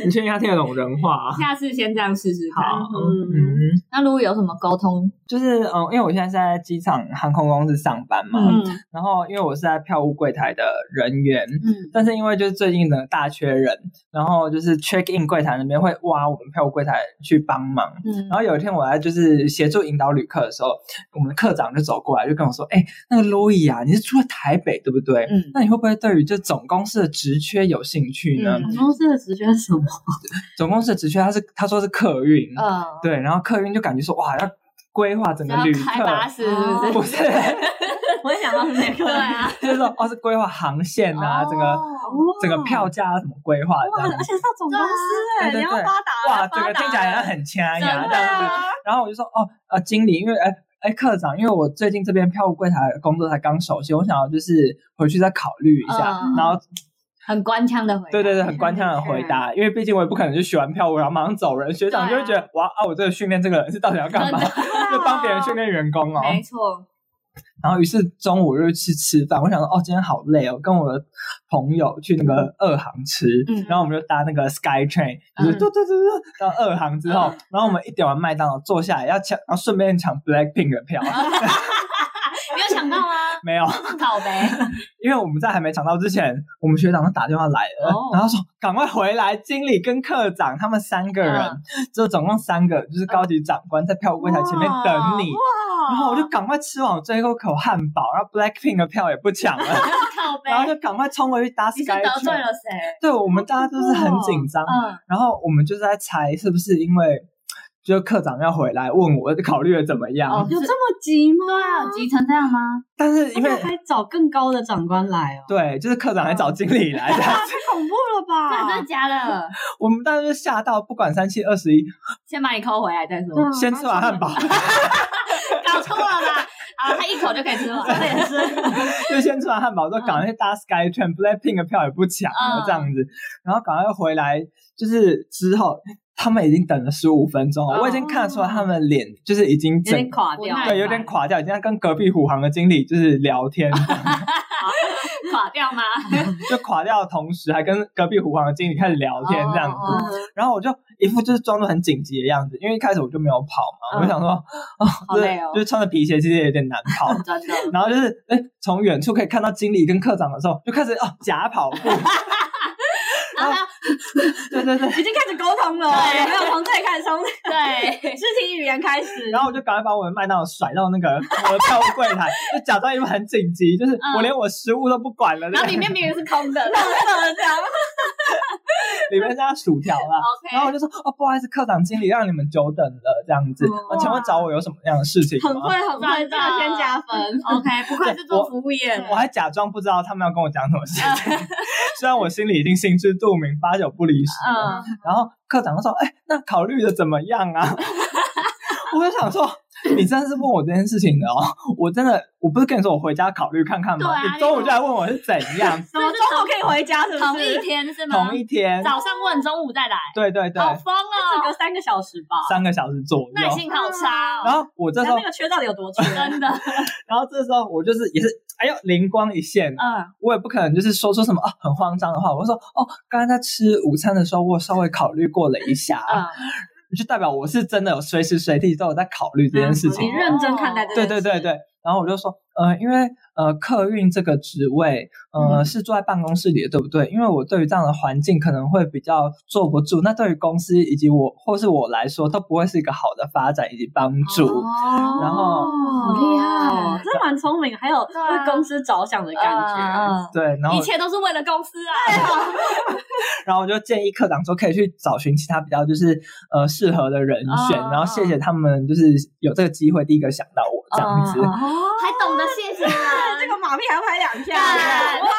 你确定他听得懂人话啊？
下次先这样试试看。
好，
嗯，
嗯，
那如果有什么沟通，
就是嗯，因为我现在是在机场航空公司上班嘛，
嗯
然后因为我是在票务柜台的人员，
嗯
但是因为就是最近呢大缺人，然后就是 check in 柜台那边会挖我们票务柜台去帮忙。
嗯
然，后有一天我在就是协助引导旅客的时候，我们的科长就走过来就跟我说：“哎、那个 Louis 啊，你是住在台北对不对？
嗯
那你会不会对于这总公司的职缺有兴趣呢？
嗯
公司的直觉是什么？
总公司的职缺他是他说是客运，
呃，
对，然后客运就感觉说哇要规划整
只
个
要
旅
开巴
客，哦
士是不是？
不是，
我也想到是那
对
个，
啊，
就是说哦是规划航线啊，整个
哦
整个票价啊怎么规划
哇，
这样
而且是要总公司哎，
对对对啊
你要发达
哇，
了，
这个
发达
听起来好
了
像很掐
真
牙这样子。
的，
然后我就说哦，呃，经理，因为哎哎，科长，因为我最近这边票务柜台工作才刚熟悉，我想要就是回去再考虑一下。
嗯
然后
很官腔的回答。
对对对，很官腔的回答，因为毕竟我也不可能就学完票务然后马上走人。学长就会觉得、哇啊，我这个训练这个人是到底要干嘛？
真
就帮别人训练员工哦。
没错，
然后于是中午就去吃饭，我想说哦，今天好累哦，跟我的朋友去那个二航吃，
嗯
然后我们就搭那个 Sky Train，就是
嗯
嘟嘟嘟嘟到二航之后，然后我们一点完麦当劳坐下来要抢，然后顺便抢 Blackpink 的 票，
你有想到吗？
没有，
靠呗，
因为我们在还没抢到之前，我们学长就打电话来了，
哦
然后说赶快回来，经理跟科长他们三个人，
嗯
就总共三个，就是高级长官在票务柜台前面等你。然后我就赶快吃完我最后一口汉堡，然后 Blackpink 的票也不抢了，
靠呗
然，后就赶快冲回去搭
你
Sky
是得罪
Train
了谁？
对，我们大家都是很紧张，
嗯，
然后我们就是在猜是不是因为就是科长要回来问我考虑的怎么样，
哦
有这么急吗？
对啊，有急成这样吗？
但是因为
哦
而且还找更高的长官来哦，
对，就是科长还找经理 来的，
太恐怖了
这
吧？
真的假的？
我们当时就吓到，不管三七二十一，
先把你抠回来再说。
对啊
先吃完汉堡，
搞错了吧？啊，他一口就可以吃完，这也是。
就先吃完汉堡，之后赶快去搭 Sky Train、Blackpink 的票也不抢了
嗯
这样子，然后赶快回来，就是之后他们已经等了十五分钟了，
哦
我已经看得出来他们脸就是已经
有
整
点。垮掉，
太
对，有点垮掉，已经在跟隔壁虎航的经理就是聊天，
垮掉 吗？
就垮掉的同时，还跟隔壁虎航的经理开始聊天这样子。
哦哦
然后我就一副就是装作很紧急的样子，因为一开始我就没有跑
嗯
嘛，我就想说，
好
哦，
累
对，
哦
就是穿着皮鞋其实也有点难 跑，
真的，
然后就是，哎，从远处可以看到经理跟科长的时候，就开始哦假跑 步，
然后他
对对对。
已经开始沟通了，哦
对
有没有从这里开始，从
对，
肢体语言开始，
然后我就赶快把我的麦当劳甩到那个我的票务柜台，就假装一副很紧急，就是
嗯
我连我食物都不管了，
然后
对
里面明明是空 的。呃
里面是他薯条啦。然后我
OK，
就说哦，不好意思，科长经理让你们久等了，这样子，
哦
呃
哇
请问找我有什么样的事情
很
吗？
会很会，
真的
这个先加分。
OK，不愧是做服务业的，嗯
我还假装不知道他们要跟我讲什么事情， 虽然我心里已经心知肚明，八九不离十了。
嗯，
然后科长就说：“哎，那考虑的怎么样啊？” 我就想说，你真的是问我这件事情的哦，我真的，我不是跟你说我回家考虑看看吗？
对啊
你中午就来问我是怎样，
什么中午可以回家是不是？
同一天是吗？
同一天，
早上问，中午再来，
对对对，
好疯
这
哦，
个三个小时吧。
三个小时左右。
耐心好差
然
哦，
后我这
那
时候
那，个缺到底有多缺？
真的，
然后这时候我就是也是，哎呦，灵光一现，
嗯，
我也不可能就是说出什么啊很慌张的话。我就说哦，刚刚在吃午餐的时候，我稍微考虑过了一 下，
嗯
就代表我是真的有随时随地都有在考虑这件事情。
嗯你认真看待
对
这件
对
事。
对对，然后我就说，呃，因为呃，客运这个职位，
嗯
呃，是坐在办公室里的，对不对？因为我对于这样的环境可能会比较坐不住，那对于公司以及我或是我来说，都不会是一个好的发展以及帮助。
哦
然后
好
厉害
真的蛮聪明，还有
对啊
为公司着想的感觉。
嗯，
对，然后
一切都是为了公司啊，
然后我就建议科长说，可以去找寻其他比较就是呃适合的人选，
哦
然后谢谢他们就是有这个机会，第一个想到我这样子。
嗯嗯嗯
哦，
还懂得谢谢 啊，
这个马屁还要拍两下，
干
哇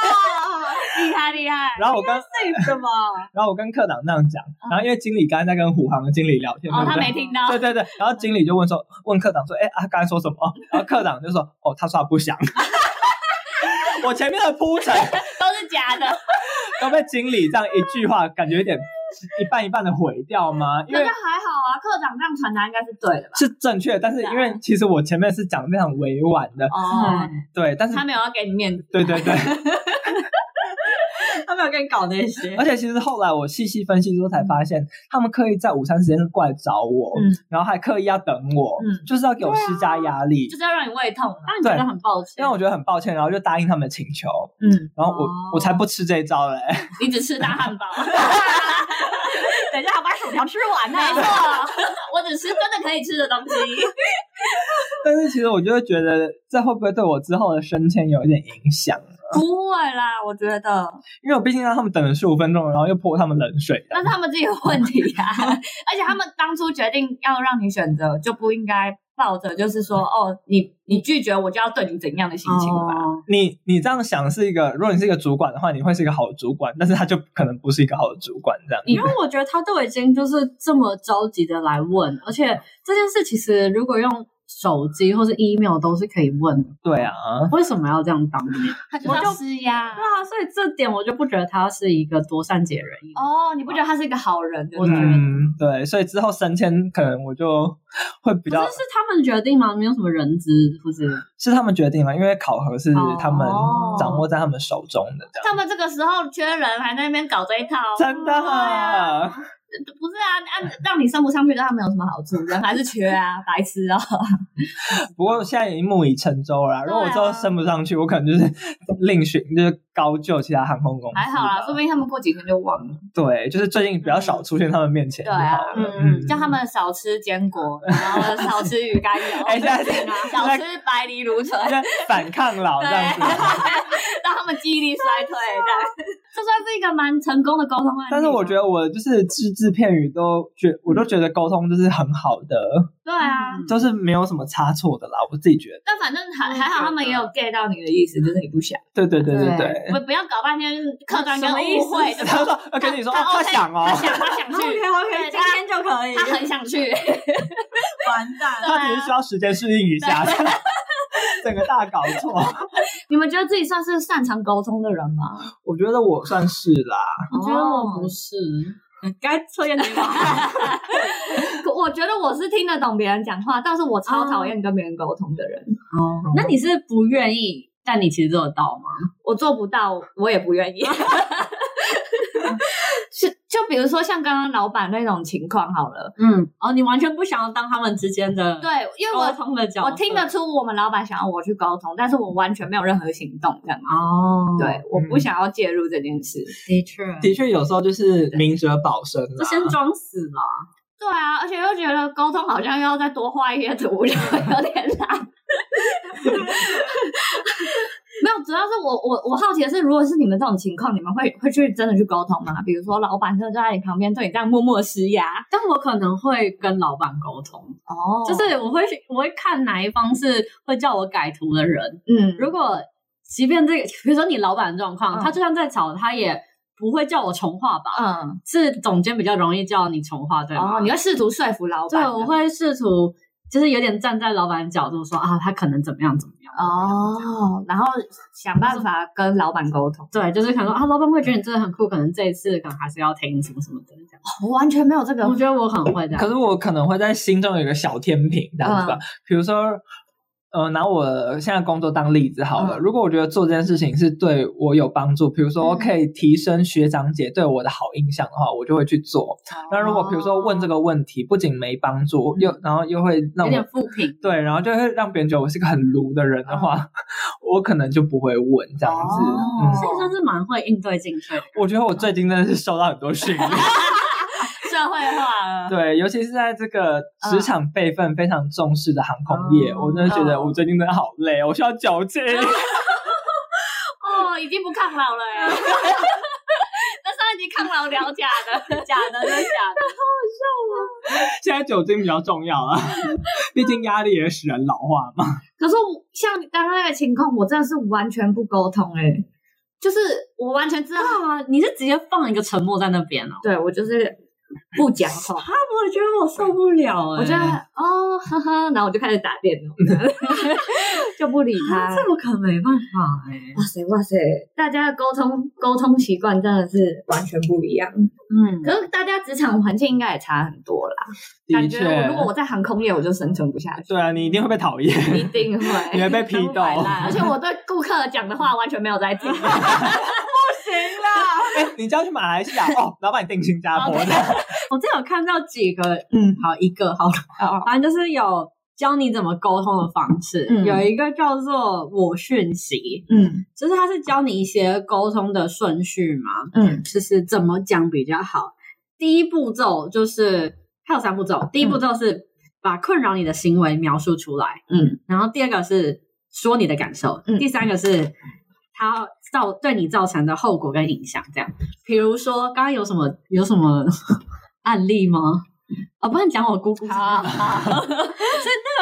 厉害厉害，
然后我跟
，safe 的嘛。
然后我跟科长那样讲，然后因为经理刚刚在跟虎航的经理聊天，
哦，
对不
他
对
没听到，
对对对，然后经理就问说，问科长说，哎、啊，刚才说什么？然后科长就说，哦，他说他不想。 我前面的铺陈
都是假的，
都被经理这样一句话，感觉有点一半一半的毁掉吗？因
可是
为
还好啊，科长这样传达应该是对的吧？
是正确，但是因
啊
为其实我前面是讲得非常委婉的，
哦，
嗯
对，但是
他没有要给你面子，
对对对，
他没有跟你搞那些
而，且其实后来我细细分析之后才发现，他们刻意在午餐时间过来找我，
嗯
然后还刻意要等我，
嗯
就是要给我施加压力
就，是要让你胃痛啊，
让你觉得很抱
因
歉
为。我觉得很抱歉，然后就答应他们的请求，
嗯，
然后我、
哦
我才不吃这一招嘞。
你只吃大汉堡，
等一下，把薯条吃完啊呢
没。错， 我只吃真的可以吃的东 西，
但是其实我就会觉得，这会不会对我之后的升迁有一点影响？
不会啦，我觉得。
因为我毕竟让他们等了十五分钟，然后又泼他们冷水的
那。是他们自己的问题 啊，而且他们当初决定要让你选择，就不应该抱着就是说，哦，你你拒绝我就要对你怎样的心情吧？
哦
你你这样想是一个，如果你是一个主管的话，你会是一个好主管，但是他就可能不是一个好的主管这样。
因为我觉得他都已经就是这么着急的来问，而且这件事其实如果用手机或是 email 都是可以问的，
对啊，
为什么要这样当面？
他就是要施压
对。啊，所以这点我就不觉得他是一个多善解人意。
哦，你不觉得他是一个好人？对不对
我觉得
嗯，对，所以之后升迁可能我就会比
可
较
是是他们决定吗？没有什么人资，不是？
是他们决定了，因为考核是嗯他们
哦
掌握在他们手中的，这样、
他们这个时候缺人，还在那边搞这一套，
真的、
对啊，不是啊，啊，让你升不上去，对他们有什么好处？人还是缺啊，白痴哦。
不过现在已经木已成舟了啦、如果我之
啊
后升不上去，我可能就是另寻，就是高就其他航空公司。
还好啦，说不定他们过几天就忘了。
对，就是最近比较少出现他们面前就好了。
对
啊嗯
叫他们少吃坚果，然后少吃鱼肝油，啊
哎现在是
少吃白藜芦 醇，
在反 抗老这
对啊
样子。，
让他们记忆力衰退，这样，这算是一个蛮成功的沟通案例。
但是我觉，得我就是只字片语都觉，我都觉得沟通就是很好的，
对啊，
嗯
都是没有什么差错的啦。我自己觉得，
但反正还
我也觉得
还好，他们也有 get 到你的意思，就是你不想，
对对对对
对
对。
不不要搞半天客观跟
什么意
误
思
会，就是
他说，呃跟你说，哦他
OK，
想哦，
他想他想
OK
去，对
OK，今
他
天就可以，
他很想去，
完蛋。
他只是需要时间适应一下， 整个大搞错。
你们觉得自己算是擅长沟通的人吗？ 哦
我觉得我算是啦，
我觉得我不是，该测验你吧。
可我觉得我是听得懂别人讲话，但是我超讨厌跟别人沟通的人。
哦，那你是不愿意，但你其实做得到吗？
我做不到，我也不愿意。 是，就比如说像刚刚老板那种情况好了，
嗯，哦，你完全不想要当他们之间的
对，因为
沟
我
通的角色。
我听得出我们老板想要我去沟通，但是我完全没有任何行动，这样吗？
哦，
对，我不想要介入这件事。
的确，
的确有时候就是明哲保身
就
啦。
先装死啦。
对啊，而且又觉得沟通好像要再多画一些图，就 有点懒。没有，主要是我我我好奇的是，如果是你们这种情况，你们会会去真的去沟通吗？比如说老板就在你旁边对你这样默默施压，
但我可能会跟老板沟通，
哦
就是我会我会看哪一方是会叫我改图的人。
嗯，
如果即便这个，比如说你老板的状况，
嗯
他就算在吵，他也不会叫我重画吧？
嗯，
是总监比较容易叫你重画，对
然
吗？
后你会试图说服哦老
对，
板的，
我会试图就是有点站在老板角度说啊，他可能怎么样怎么样。
哦，然后想办法跟老板沟通。
对，就是可能说啊，老板会觉得你真的很酷，可能这一次可能还是要听什么什么的这样。
我完全没有这个
我觉得我很会这样。
可是我可能会在心中有一个小天平这样子吧，比如说。呃，拿我现在工作当例子好
嗯
了。如果我觉得做这件事情是对我有帮助，比如说
嗯
可以提升学长姐对我的好印象的话，我就会去做。那如果比如说问这个问题，不仅没帮助，又然后又会让
有点
我
负评，
对，然后就会让别人觉得我是个很鲁的人的话， 我可能就不会问这样子。
嗯
嗯
哦
所以算是蛮会应对进退的。
嗯，我觉得我最近真的是受到很多 训练。
社会化了。
对，尤其是在这个
嗯
职场辈分非常重视的航空业，
嗯
我真的觉得
嗯
我最近真的好累，我需要矫 正。
哦，已经不抗老了哎。 那上一集抗老聊假的，
假的就是假的，
现在酒精比较重要啊， 毕竟压力也使人老化嘛。
可是我像刚刚那个情况，我真的是完全不沟通哎、就是我完全知道，
啊，你是直接放一个沉默在那边哦。
对我就是不讲话，
啊，我觉得我受不了哎、
我觉得哦呵呵，然后我就开始打电动， 就不理他
啊，。这我可没办法哎、
哇塞哇塞，大家的沟通沟通习惯真的是完全不一样。
嗯
可是大家职场环境应该也差很多啦。
的
感觉我
确
如，果我在航空业，我就生存不下去，
对啊，你一定会被讨厌，
一定会。
你会被批斗。
而且我对顾客讲的话完全没有在听，
哎你就要去马来西亚哦，老板你定新加坡
哦
的，
我之前有看到几个，
嗯，
好一个好了，反正就是有教你怎么沟通的方式，
嗯
有一个叫做我讯息，
嗯
就是它是教你一些沟通的顺序嘛，
嗯
就是怎么讲比较好。第一步骤就是它有三步骤，第一步骤是把困扰你的行为描述出来，
嗯，
然后第二个是说你的感受，
嗯
第三个是它造对你造成的后果跟影响。这样，比如说刚刚有什么有什么 案例吗？哦，不能讲我姑姑。
好啊好，
所以那个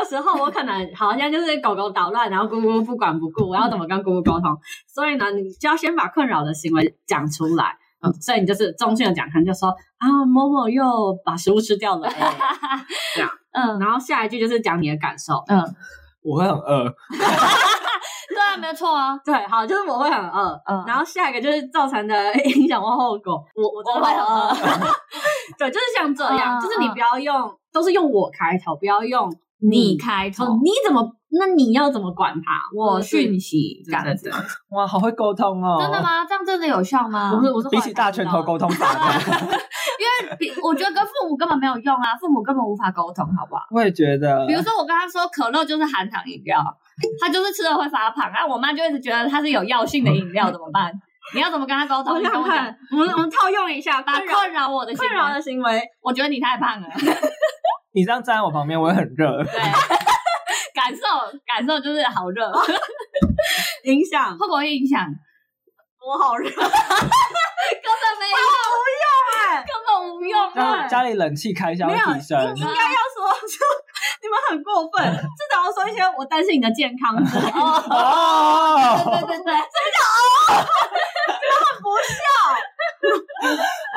时候我可能好像就是狗狗捣乱，然后姑姑不管不顾，我要怎么跟姑姑沟通？所以呢，你就要先把困扰的行为讲出来。嗯，所以你就是中性的讲，可能就说啊，某某又把食物吃掉 了、欸
嗯
然后下一句就是讲你的感受。
嗯，
我会很饿。
对啊，没有错啊，
对，好，就是我会很饿，
嗯
然后下一个就是造成的 影响或后果，我我真的
我会很饿
很饿， 对，就是像这样，
嗯嗯
就是你不要用，都是用我开头，不要用
你
你
开
说
头，
你怎么，那你要怎么管他？我讯
息
这样子，
哇，好会沟通哦，
真的？吗？这样真的有效吗？
我是我是
比起大拳头沟通法，
因为比我觉得跟父母根本没有用啊，父母根本无法沟通，好不好？
我也觉得
比。如说我跟他说可乐就是含糖饮料，他就是吃了会发胖，然后我妈就一直觉得它是有药性的饮料，怎么办？你要怎么跟他沟
我
通？你跟
想
我讲
看，，我们我们套用一下，
把
把
困扰我的
困
行
扰
为
的行为，
我觉得你太胖了。
你这样站在我旁边，我会很热。
对， 感受感受就是好热，
影响
会不会影响？
我好热，
根本没用， 根本无用啊
让！家里冷气开销
没有
提升，
应该要说，就你们很过 分，至少要说一些我担心你的健康之类的，
哦，
哦，
对对对，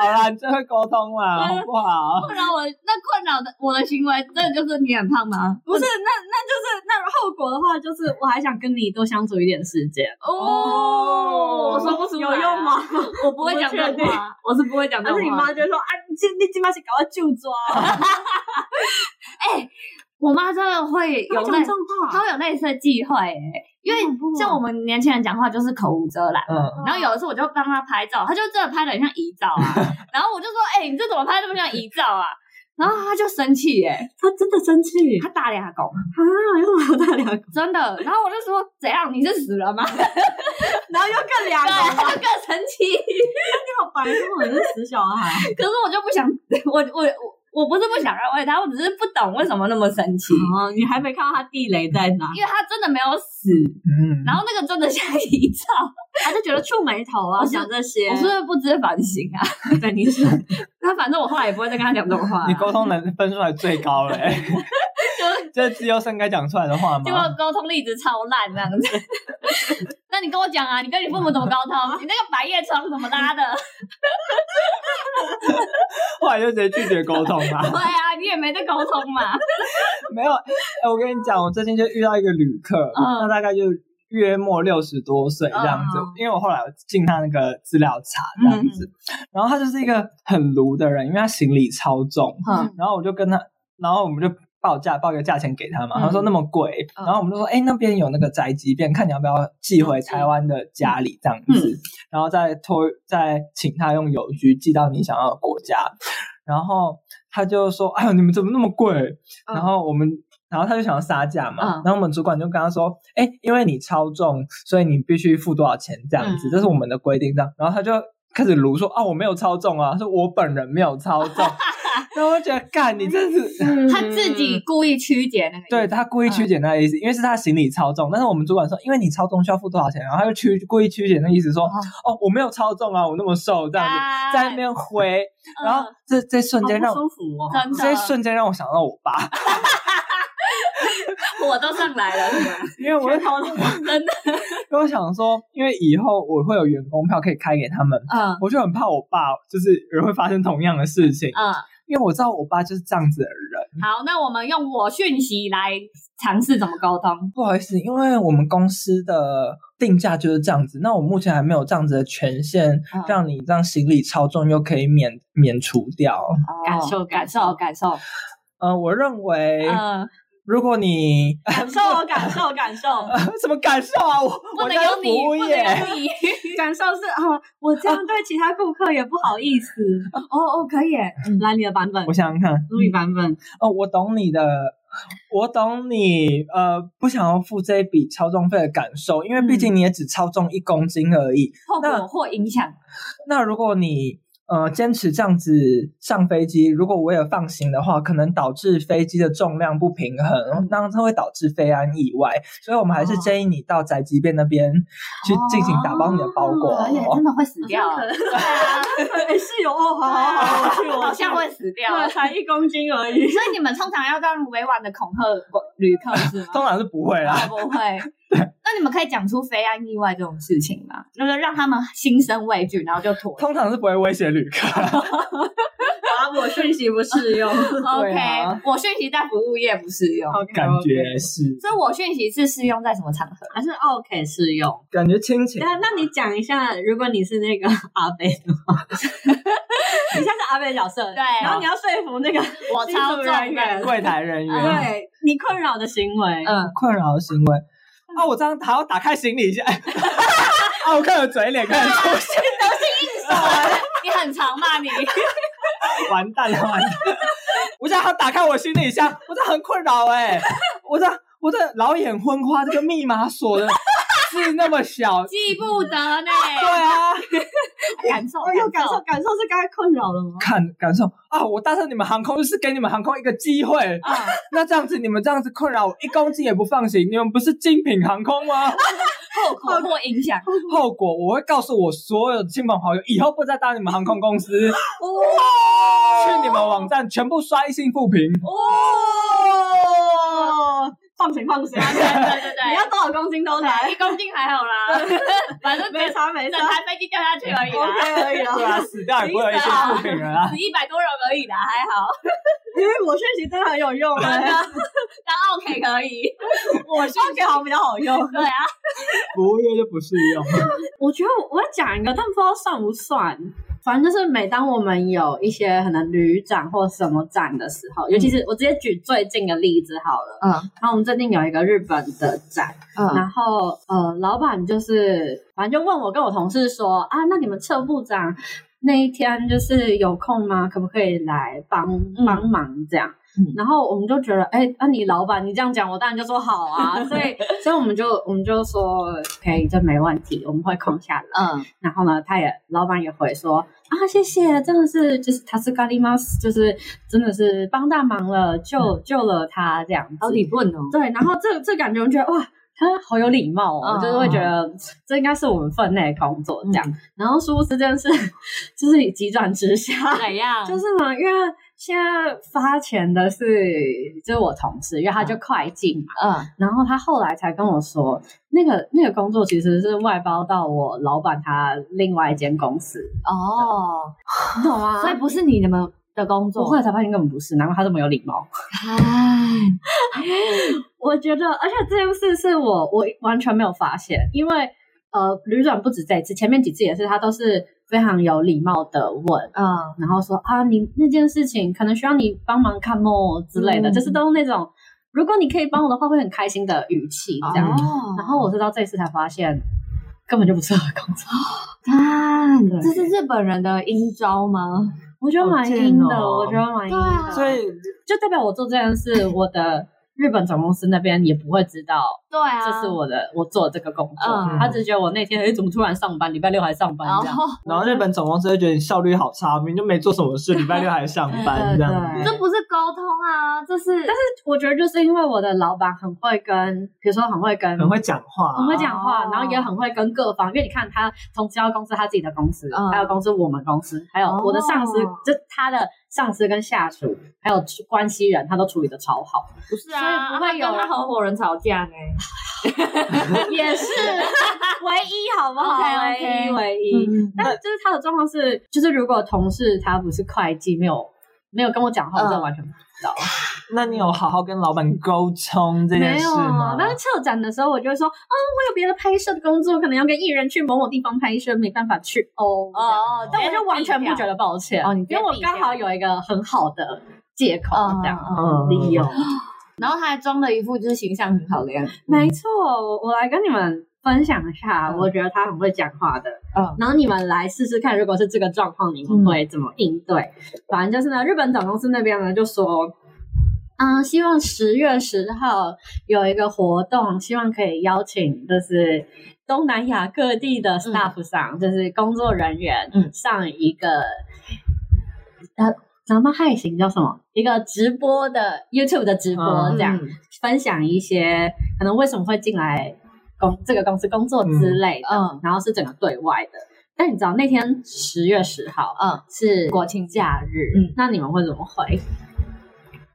好啦，你真会沟通啦，好不好？
困扰我那困扰的我的行为，真的就是你很胖吗？
不是，那那就是那后果的话，就是我还想跟你多相处一点时间。
哦，
我说不出来啊 有用吗？
我不会讲这
我不
种
确
话，我是不会讲这
但是
种
你
话
妈。就会说啊，你今你今妈是搞到就抓，
我妈真的会有类，
状
她
况，
会有类似的忌讳欸，因为
好恐怖哦
像我们年轻人讲话就是口无遮拦。
嗯，
然后有一次我就帮他拍照，他就真的拍的很像遗照 啊。然后我就说：“哎、你这怎么拍这么像遗照啊？”然后他就生气欸耶、
她真的生气
他打俩狗，
啊，又我大两个，
真的。然后我就说：“怎样？你是死了吗？”对，
然后又更两个，
他更生气。
你好白痴，你是死小孩。
可是我就不想， 我我我我不是不想安慰他，我只是不懂为什么那么生气，
嗯
哦，你还没看到他地雷在哪？
因为他真的没有死，
嗯
然后那个真的像遗 照。
他就觉得触眉头啊，
我是
想这些。嗯
我是不是不知反省啊？
对你是，
那反正我后来也不会再跟他讲这种 话、
你沟通能分数还最高嘞、 这是自由生该讲出来的话
结果
吗？
沟通力值超烂这样子。 那你跟我讲啊，你跟你父母怎么沟 通？你那个百叶窗怎么拉的？
后来就直接拒绝沟通啦。
对啊，你也没在沟通嘛。
没有，哎我跟你讲，我最近就遇到一个旅客，
嗯
那大概就约莫六十多岁这样子。
嗯
因为我后来有进他那个资料查这样子，然后他就是一个很卢的人，因为他行李超重，
嗯
然后我就跟他，然后我们就。报价报个价钱给他嘛，
嗯
他说那么贵，
嗯
然后我们就说，哎、那边有那个宅急便，看你要不要寄回台湾的
嗯
家里这样子，然后再托再请他用邮局寄到你想要的国家，然后他就说，哎呦，你们怎么那么贵？
嗯
然后我们，然后他就想要杀价嘛，
嗯
然后我们主管就跟他说，哎，因为你超重，所以你必须付多少钱这样子，
嗯
这是我们的规定这样。然后他就开始撸说，啊，我没有超重啊，是我本人没有超重。然后我觉得，干你真是。
嗯
他自己故意曲解那个。
对，他故意曲解那个意思，因为是他行李超重，但是我们主管说，因为你超重需要付多少钱，然后他就曲故意曲解那意思说，哦，我没有超重啊，我那么瘦这样子，
哎
在那边挥，
嗯
然后这这瞬间让
好不舒服哦。
真
这
的
一瞬间让我想到我 爸，
火都上来了，是吧
因为我
全头都真的。
因为我想说，因为以后我会有员工票可以开给他们，
嗯
我就很怕我爸就是也会发生同样的事情，
嗯，
因为我知道我爸就是这样子的人。
好，那我们用我讯息来尝试怎么沟通。
不好意思，因为我们公司的定价就是这样子，那我目前还没有这样子的权限
嗯，
让你让行李超重又可以免免除掉。
感受
感受，哦感受。
呃，我认为
嗯，
如果你
感受，感受，感受，
嗯
什么感受啊，我
不
我
能
家
有
是
你，
服务
不
业，
能有你。
感受是啊，我这样对其他顾客也不好意思。哦哦，可以耶，
嗯
来你的版本
我，想想看，
路易版本，
哦，我懂你的，我懂你，呃，不想要付这一笔超重费的感受，因为
嗯
毕竟你也只超重一公斤而已。
后
那
果或影响。
那如果你呃坚持这样子上飞机，如果我也放行的话，可能导致飞机的重量不平衡，那它会导致飞安意外。所以我们
哦
还是建议你到宅急便那边去进行打包你的包裹。哦
而且真的会死掉，啊
哎，是有哦哦，好好好，我去，我去
好像会死掉。
对，才一公斤而已。
所以你们通常要这样委婉的恐吓旅客是吗？
通常是不会
啊
啦，
不会。那你们可以讲出非安意外这种事情吗？就是让他们心生畏惧，然后就妥协。
通常是不会威胁旅
哦
客。
啊，我讯息不适 用。
OK，、
对啊
我讯息在服务业不适用，
感觉是，
所以我讯息是适用在什么场合？
还是 OK 适用。
感觉亲情。
那那你讲一下，如果你是那个 阿贝的话， 你现在是阿贝的角色，
对
然后你要说服那个
我
技
超重
术人
的，
员，
柜台人员，
对你困扰的行为，
嗯，
困扰的行为。啊，我这样还要打开行李箱， 啊，我看我嘴脸看得出现，
你很长嘛你？
完蛋了，完蛋了！我这样还要打开我行李箱，我这样很困扰哎、我这样我的老眼昏花，这个密码锁的字那么小，
记不得呢，
对啊，
感受
哦我有
感
感受，
受。
感受是刚才困扰了吗？
看感受啊，我搭上你们航空就是给你们航空一个机会，
嗯，
那这样子你们这样子困扰我一公斤也不放行，你们不是精品航空吗？
后
哦
果或影 响，
后果我会告诉我所有的亲朋好友，以后不再搭你们航空公司。去你们网站全部刷一星负评，
哦，放水放水，
对对对
你要
对，
多少公斤都来
一，公斤还好 啦， 反正
没
整
差没差
整台飞机掉下去而已啦，
，OK 而已
对啊，
啦。
死掉也不会有一星负评了啊啦。
死一百多人而已啦，还 好。
因为我讯息真的很有 用
真的
哎，，
当 OK 可以。
我讯息好像比较好用。
对啊，
服务业就不适用。
我觉得我我要讲一个，但不知道算不算。反正就是每当我们有一些可能旅展或什么展的时候，尤其是我直接举最近的例子好了。
嗯
然后我们最近有一个日本的展，
嗯
然后呃，老板就是反正就问我跟我同事说啊，那你们侧部长那一天就是有空吗？可不可以来帮帮忙这样？
嗯
然后我们就觉得，哎、那、你老板你这样讲，我当然就说好啊，所以所以我们就我们就说可以，这没问题，我们会空下来。
嗯，
然后呢，他也老板也回说啊，谢谢，真的是就是他是咖喱猫，就是真的是帮大忙了，救、
嗯
救了他这样子。
论哦。
对，然后这这感觉，我觉得哇，他好有礼貌哦，
嗯
就是会觉得这应该是我们分内的工作这样。然后殊不知，真的是 就是急转直下，
怎样？
就是嘛，因为现在发钱的是就是我同事，因为他就会计嘛，
嗯，
然后他后来才跟我说，那个那个工作其实是外包到我老板他另外一间公 司，
哦，
你懂吗？
所以不是你们的工
我
作
后，来才发现根本不是，难怪他这么有礼貌。
哎，
我觉得，而且这件事是我我完全没有发现，因为呃，旅转不止这一次，前面几次也是，他都是非常有礼貌的问，
嗯，
然后说啊，你那件事情可能需要你帮忙看哦之类的，
嗯
就是都用那种如果你可以帮我的话，会很开心的语气这样。
哦
然后我是到这一次才发现，根本就不适合工作，
看，
对
这是日本人的阴招吗？
我觉得蛮
好贱
阴的，
哦
我觉得蛮阴的，
对啊
所以
就代表我做这件事，我的日本总公司那边也不会知道。
对啊
这是我的我做的这个工作。
嗯哦
他只觉得我那天哎怎么突然上班，礼拜六还上班这
然
样。
后
然后日本总公司会觉得你效率好差，明明就没做什么事，礼拜六还上班
对
这样
对
子。
这不是沟通啊，这是但是
我觉得就是因为我的老板很会跟，比如说很会跟。
很会讲话，啊
很会讲话，
哦
然后也很会跟各方，因为你看他从其他公司，他自己的公司，
嗯
还有公司我们公司，还有
哦
我的上司，就他的上司跟下属，还有关系人，他都处理的超好。
不是
所以
啊，
不会有
他跟他合伙人吵架呢。
也 是唯一，好不好
OK，OK
唯一唯一。
嗯
但就是他的状况是，就是如果同事他不是会计，没有没有跟我讲话，我真的
嗯
完全不知 道。
那你有好好跟老板沟通这件
没
事
有
吗
啊，？但是策展的时候，我就会说，嗯，我有别的拍摄的工作，可能要跟艺人去某某地方拍摄，没办法去哦。这样
哦，
但我就完全不觉得抱歉，
哦你直接
因为我
避掉
刚好有一个很好的借口
嗯
这样。
嗯
理由，
然后他还装了一副就是形象很好的样子。
没错，我我来跟你们分享一下，
嗯
我觉得他很会讲话的
嗯
然后你们来试试看，如果是这个状况，你们会怎么应对？反正就是呢，日本总公司那边呢就说，嗯，希望十月十号有一个活动，希望可以邀请就是东南亚各地的 staff 上，就是工作人员
嗯
上一个、呃。咱们还行叫什么？一个直播的 YouTube 的直播
嗯
这样，分享一些可能为什么会进来公这个公司工作之类的，
嗯嗯
然后是整个对外的。但你知道那天十月十号
嗯，
是国庆假日，
嗯
那你们会怎么回？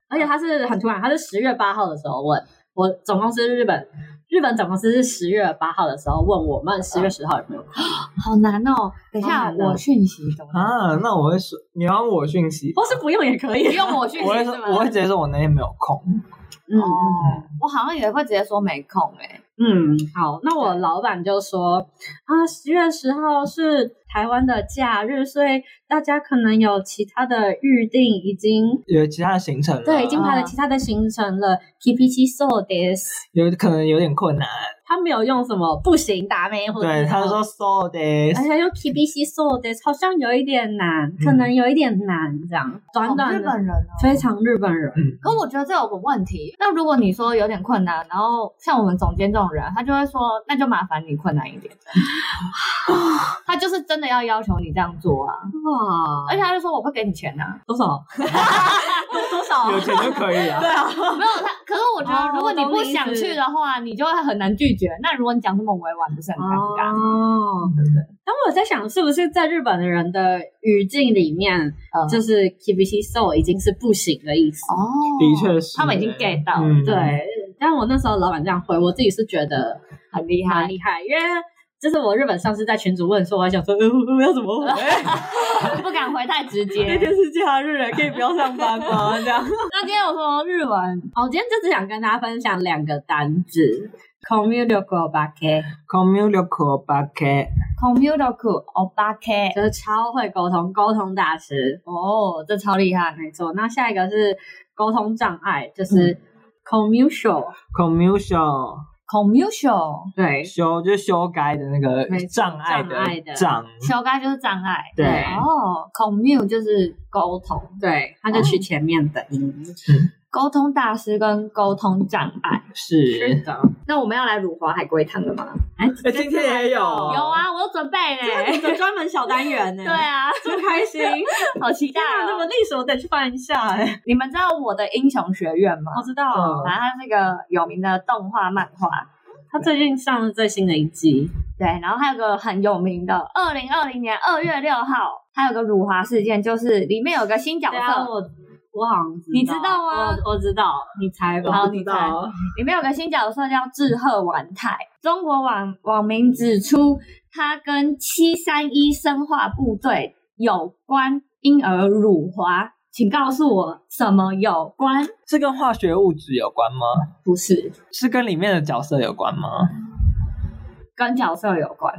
而且他是很突然，他是十月八号的时候问我总公司日本日本总公司是十月八号的时候问我们十月十号有没有空，
好难哦。等一
好
下
难哦
我讯息怎么办？
啊，那我会说，你要我讯 息，
或是不用也可以
不。用我讯息
我会
是
说，
吗？
我会直接说我那天没有空。
嗯
哦，我好像也会直接说没空哎。
嗯，好，那我老板就说啊，十月十号是台湾的假日，所以大家可能有其他的预定，已经
有其他的行程了，
对，已经排了
嗯
其他的行程了。T P T so this，
有可能有点困难。
他没有用什么不行打妹或者
对，
是
他
什么
说 so this，
而且用 T B C so this 好像有一点难，可能有一点难，这样短
好
短
日
的，
本人哦。
非常日本人。
可我觉得这有个问题，那如果你说有点困难，然后像我们总监这种人，他就会说，那就麻烦你困难一 点。他就是真的要要求你这样做啊，
哇，
而且他就说我会给你钱啊。
多少？啊多少？
有钱就可以啊了。
没有他，可是我觉
哦
得如果你
我
不
懂你意思
想去的话，你就会很难拒绝。那如果你讲那么委婉，不是很尴尬？
哦，
对不对？
但我在想，是不是在日本人的语境里面，
嗯
就是 KBC so 已经是不行的意思。
哦，
的确是，
他们已经 get 到了，
嗯
对，但我那时候老板这样回，我自己是觉得
很厉
蛮
害。
厉害，因为就是我日本上次在群组问说，我还想说，呃，我要怎么 回？
不敢回太直
那
接。
天是假日，可以不要上班 吗？这样。
那今天有说日文，
哦，我今天就只想跟大家分享两个单字 c o m m u t i c a b a k
communicable b u c k
computer cool o b a k
就是超会沟通，沟通大师。
哦，这超厉害。
没错，那下一个是沟通障碍，就是 commercial，、
commercial
commercial
对，
修就是修改的那个
没错
障碍
障碍的
的障，
修改就是障碍。
对
哦，commute 就是沟通，
对，他就取前面的音。
沟通大师跟沟通障碍。
是。
的，
那我们要来辱华海龟汤了吗？
哎，
哎，今天也
有
有有，
啊，我有准备
这是
呢。
你哦的专门小单 元呢。
对，啊，
真开 心！天
好期待
哪，那么
哦！
历史我得去翻一下哎。
你们知道我的英雄学院吗？
我知道，
反正它是一个有名的动画漫画。
他最近上了最新的一季，
对，然后还有个很有名的，二零二零年二月六号，还有个辱华事件，就是里面有个新角
对啊，
色，
我
我好像知道，
你知道吗
我我知道，你猜吧。
好
不知
你猜
道
里面有个新角色叫志贺完太，中国网网民指出他跟七三一生化部队有关婴儿辱华，请告诉我什么有关？
是跟化学物质有关吗？
不是
是跟里面的角色有关吗？
跟角色有关，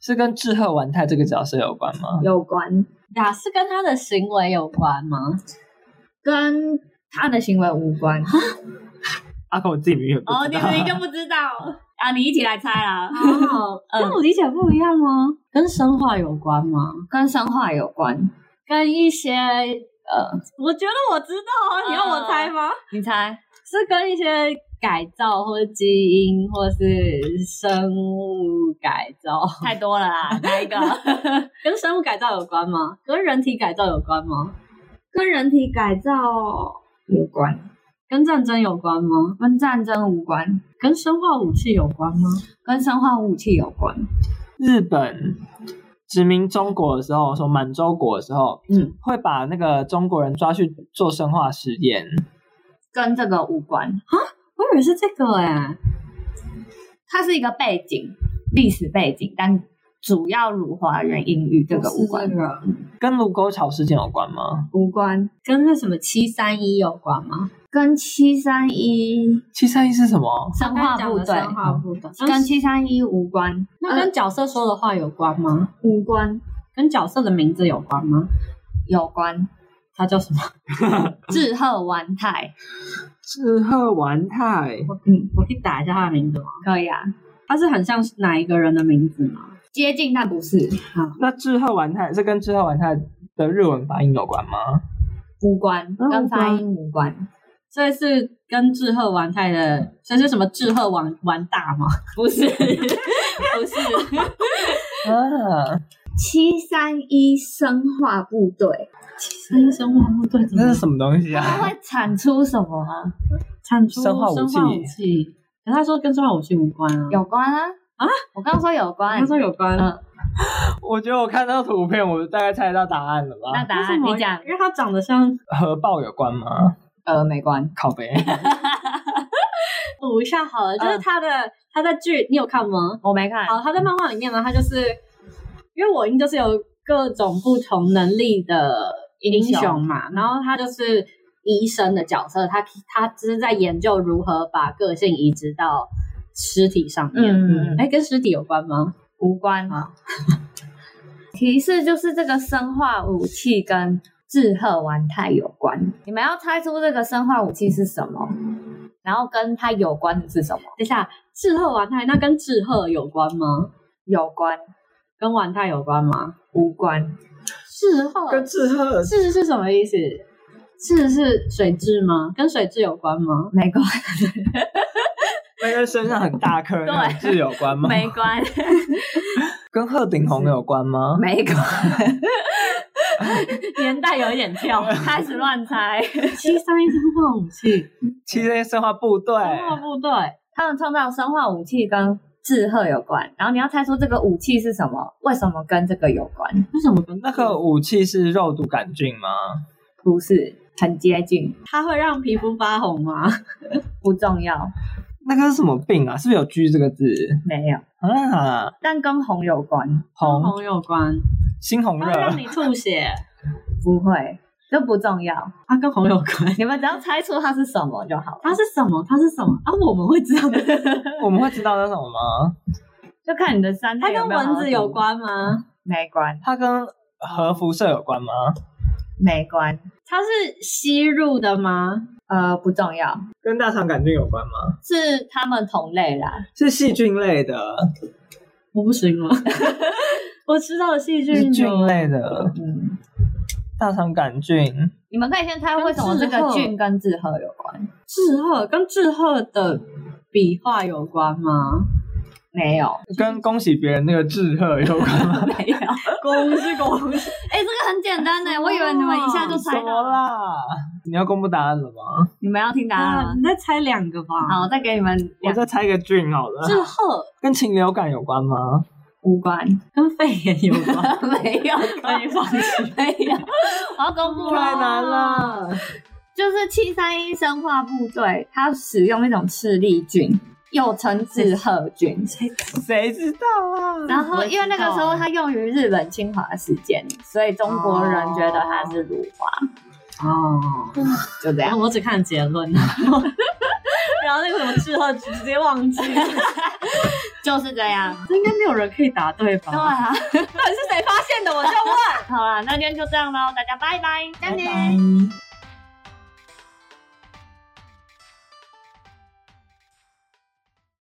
是跟志贺完太这个角色有关吗？
有关
呀，是跟他的行为有关吗？
跟他的行为无关。
阿狗我自己明显不知道。
哦，你们一定不知道 啊！你一起来猜啦，
哦，跟我理解不一样吗？
跟生化有关吗？
跟生化有关，
跟一些呃，
我觉得我知道啊，你要我猜吗？
你猜？
是跟一些改造或基因或是生物改造，
太多了 啦，哪一个？
跟生物改造有关吗？跟人体改造有关吗？
跟人体改造
无关，
跟战争有关吗？
跟战争无关，
跟生化武器有关吗？
跟生化武器有关。
日本殖民中国的时候，说满洲国的时候，
嗯，
会把那个中国人抓去做生化实验。
跟这个无关，
我以为是这个哎、
它是一个背景，历史背景，但主要辱华人英语这个无关，
跟卢沟桥事件有关吗？
无关，
跟那什么七三一有关吗？
跟七三一
七三一是什么？
生化部队，嗯
生化部队。
跟七三一无关，呃
那跟角色说的话有关吗？
无关
跟角色的名字有关吗？
有关。
他叫什么？
志贺完太，
志贺完太，
嗯，
我可以打一下他的名字吗？
可以啊，
他是很像是哪一个人的名字吗？啊
接近但不是，
那志贺完太是跟志贺完太的日文发音有关吗？
哦无关，跟发音无关，
所以是跟志贺完太的，所以是什么志贺完完大吗？
不 是，不是。
啊，
七三一生化部队，
生生化部队怎
那
么
是什么东西
它
啊？
会产出什么啊？
产出
生化武器
器？可是他说跟生化武器无关啊。
有关啊？
啊，
我刚说有关
他，说有关，
嗯，
我觉得我看到图片，我大概猜到答案了
那
吧？
答
为什
案
么
你讲，嗯
因为他长得像。
核爆有关吗？
呃，没关，
靠背，
补一下好了，就是他的、他在剧，你有看吗？
我没看，
好，他在漫画里面呢，他就是因为我英就是有各种不同能力的英雄嘛，然后他就是医生的角色，他他只是在研究如何把个性移植到尸体上面。
嗯啊
哎、跟尸体有关吗？
无关
好。
提示就是这个生化武器跟致贺丸太有关，你们要猜出这个生化武器是什么，然后跟它有关的是什么？
等一下，志贺丸太那跟志贺有关吗？
有关，
跟丸太有关吗？
无关，
志 贺
跟志贺
志是什么意思？志是水蛭吗？跟水蛭有关 吗？
没关，
那跟身上很大 颗那种痣有关吗？
没关，
跟鹤顶红有关吗？
没关，
年代有一点跳。
开始乱猜。
七三一生化武器，
七三一生化部队，
生化哦部队。
他们创造生化武器跟致贺有关，然后你要猜出这个武器是什么，为什么跟这个有关？
为什么跟
那个武器是肉毒杆菌吗？
不是很接近，
它会让皮肤发红吗？
不重要，
那个是什么病啊？是不是有“疽”这个字
没有，
啊？
但跟红有关。
跟
红
红有关，
猩红
它
热
会让你吐 血。
不会，这不重要。
它啊跟红有关，
你们只要猜出它是什么就好了，
它是什么？它是什么啊？我们会知道 的。
我们会知道那什么吗？
就看你的三。
它跟蚊子有？关吗？
没关，
它跟核辐射有关吗？
没关，
它是吸入的吗？
呃，不重要，
跟大肠杆菌有关吗？
是他们同类啦。
是细菌类的，
我不行了， 我吃到了细
是菌
菌哦了。
类的
嗯，
大肠杆菌。
你们可以先猜为什么这个菌跟致贺有关？
志贺跟志贺的笔画有关吗？
没有，
跟恭喜别人那个志贺有关吗？
没 有。
公是公，
哎哎、这个很简单呢、我以为你们一下就猜
什
到
么
了。
啦？你要公布答案了吗？
你们要听答案
啊
吗？
你再猜两个吧。
好，再给你们
嗯我
两
再猜一个菌好了。
志贺
跟禽流感有关吗？
无关，
跟肺炎有关。
没有
我已经放弃。
哎 呀，我要公布
太
了，
难了。
就是七三一生化部队，它使用一种赤痢菌，又称志贺菌。
谁知道啊？
然后，因为那个时候它用于日本侵华事件，所以中国人觉得它是辱华，
哦，
就这样。
我只看结论，
啊 然后那个什么之后直接忘 记，
就是这样。
这应该没有人可以答对
哦
吧？
对啊，
到底是谁发现的？我就问。
好啦，那今天就这样喽，大家拜拜，再见。
嗯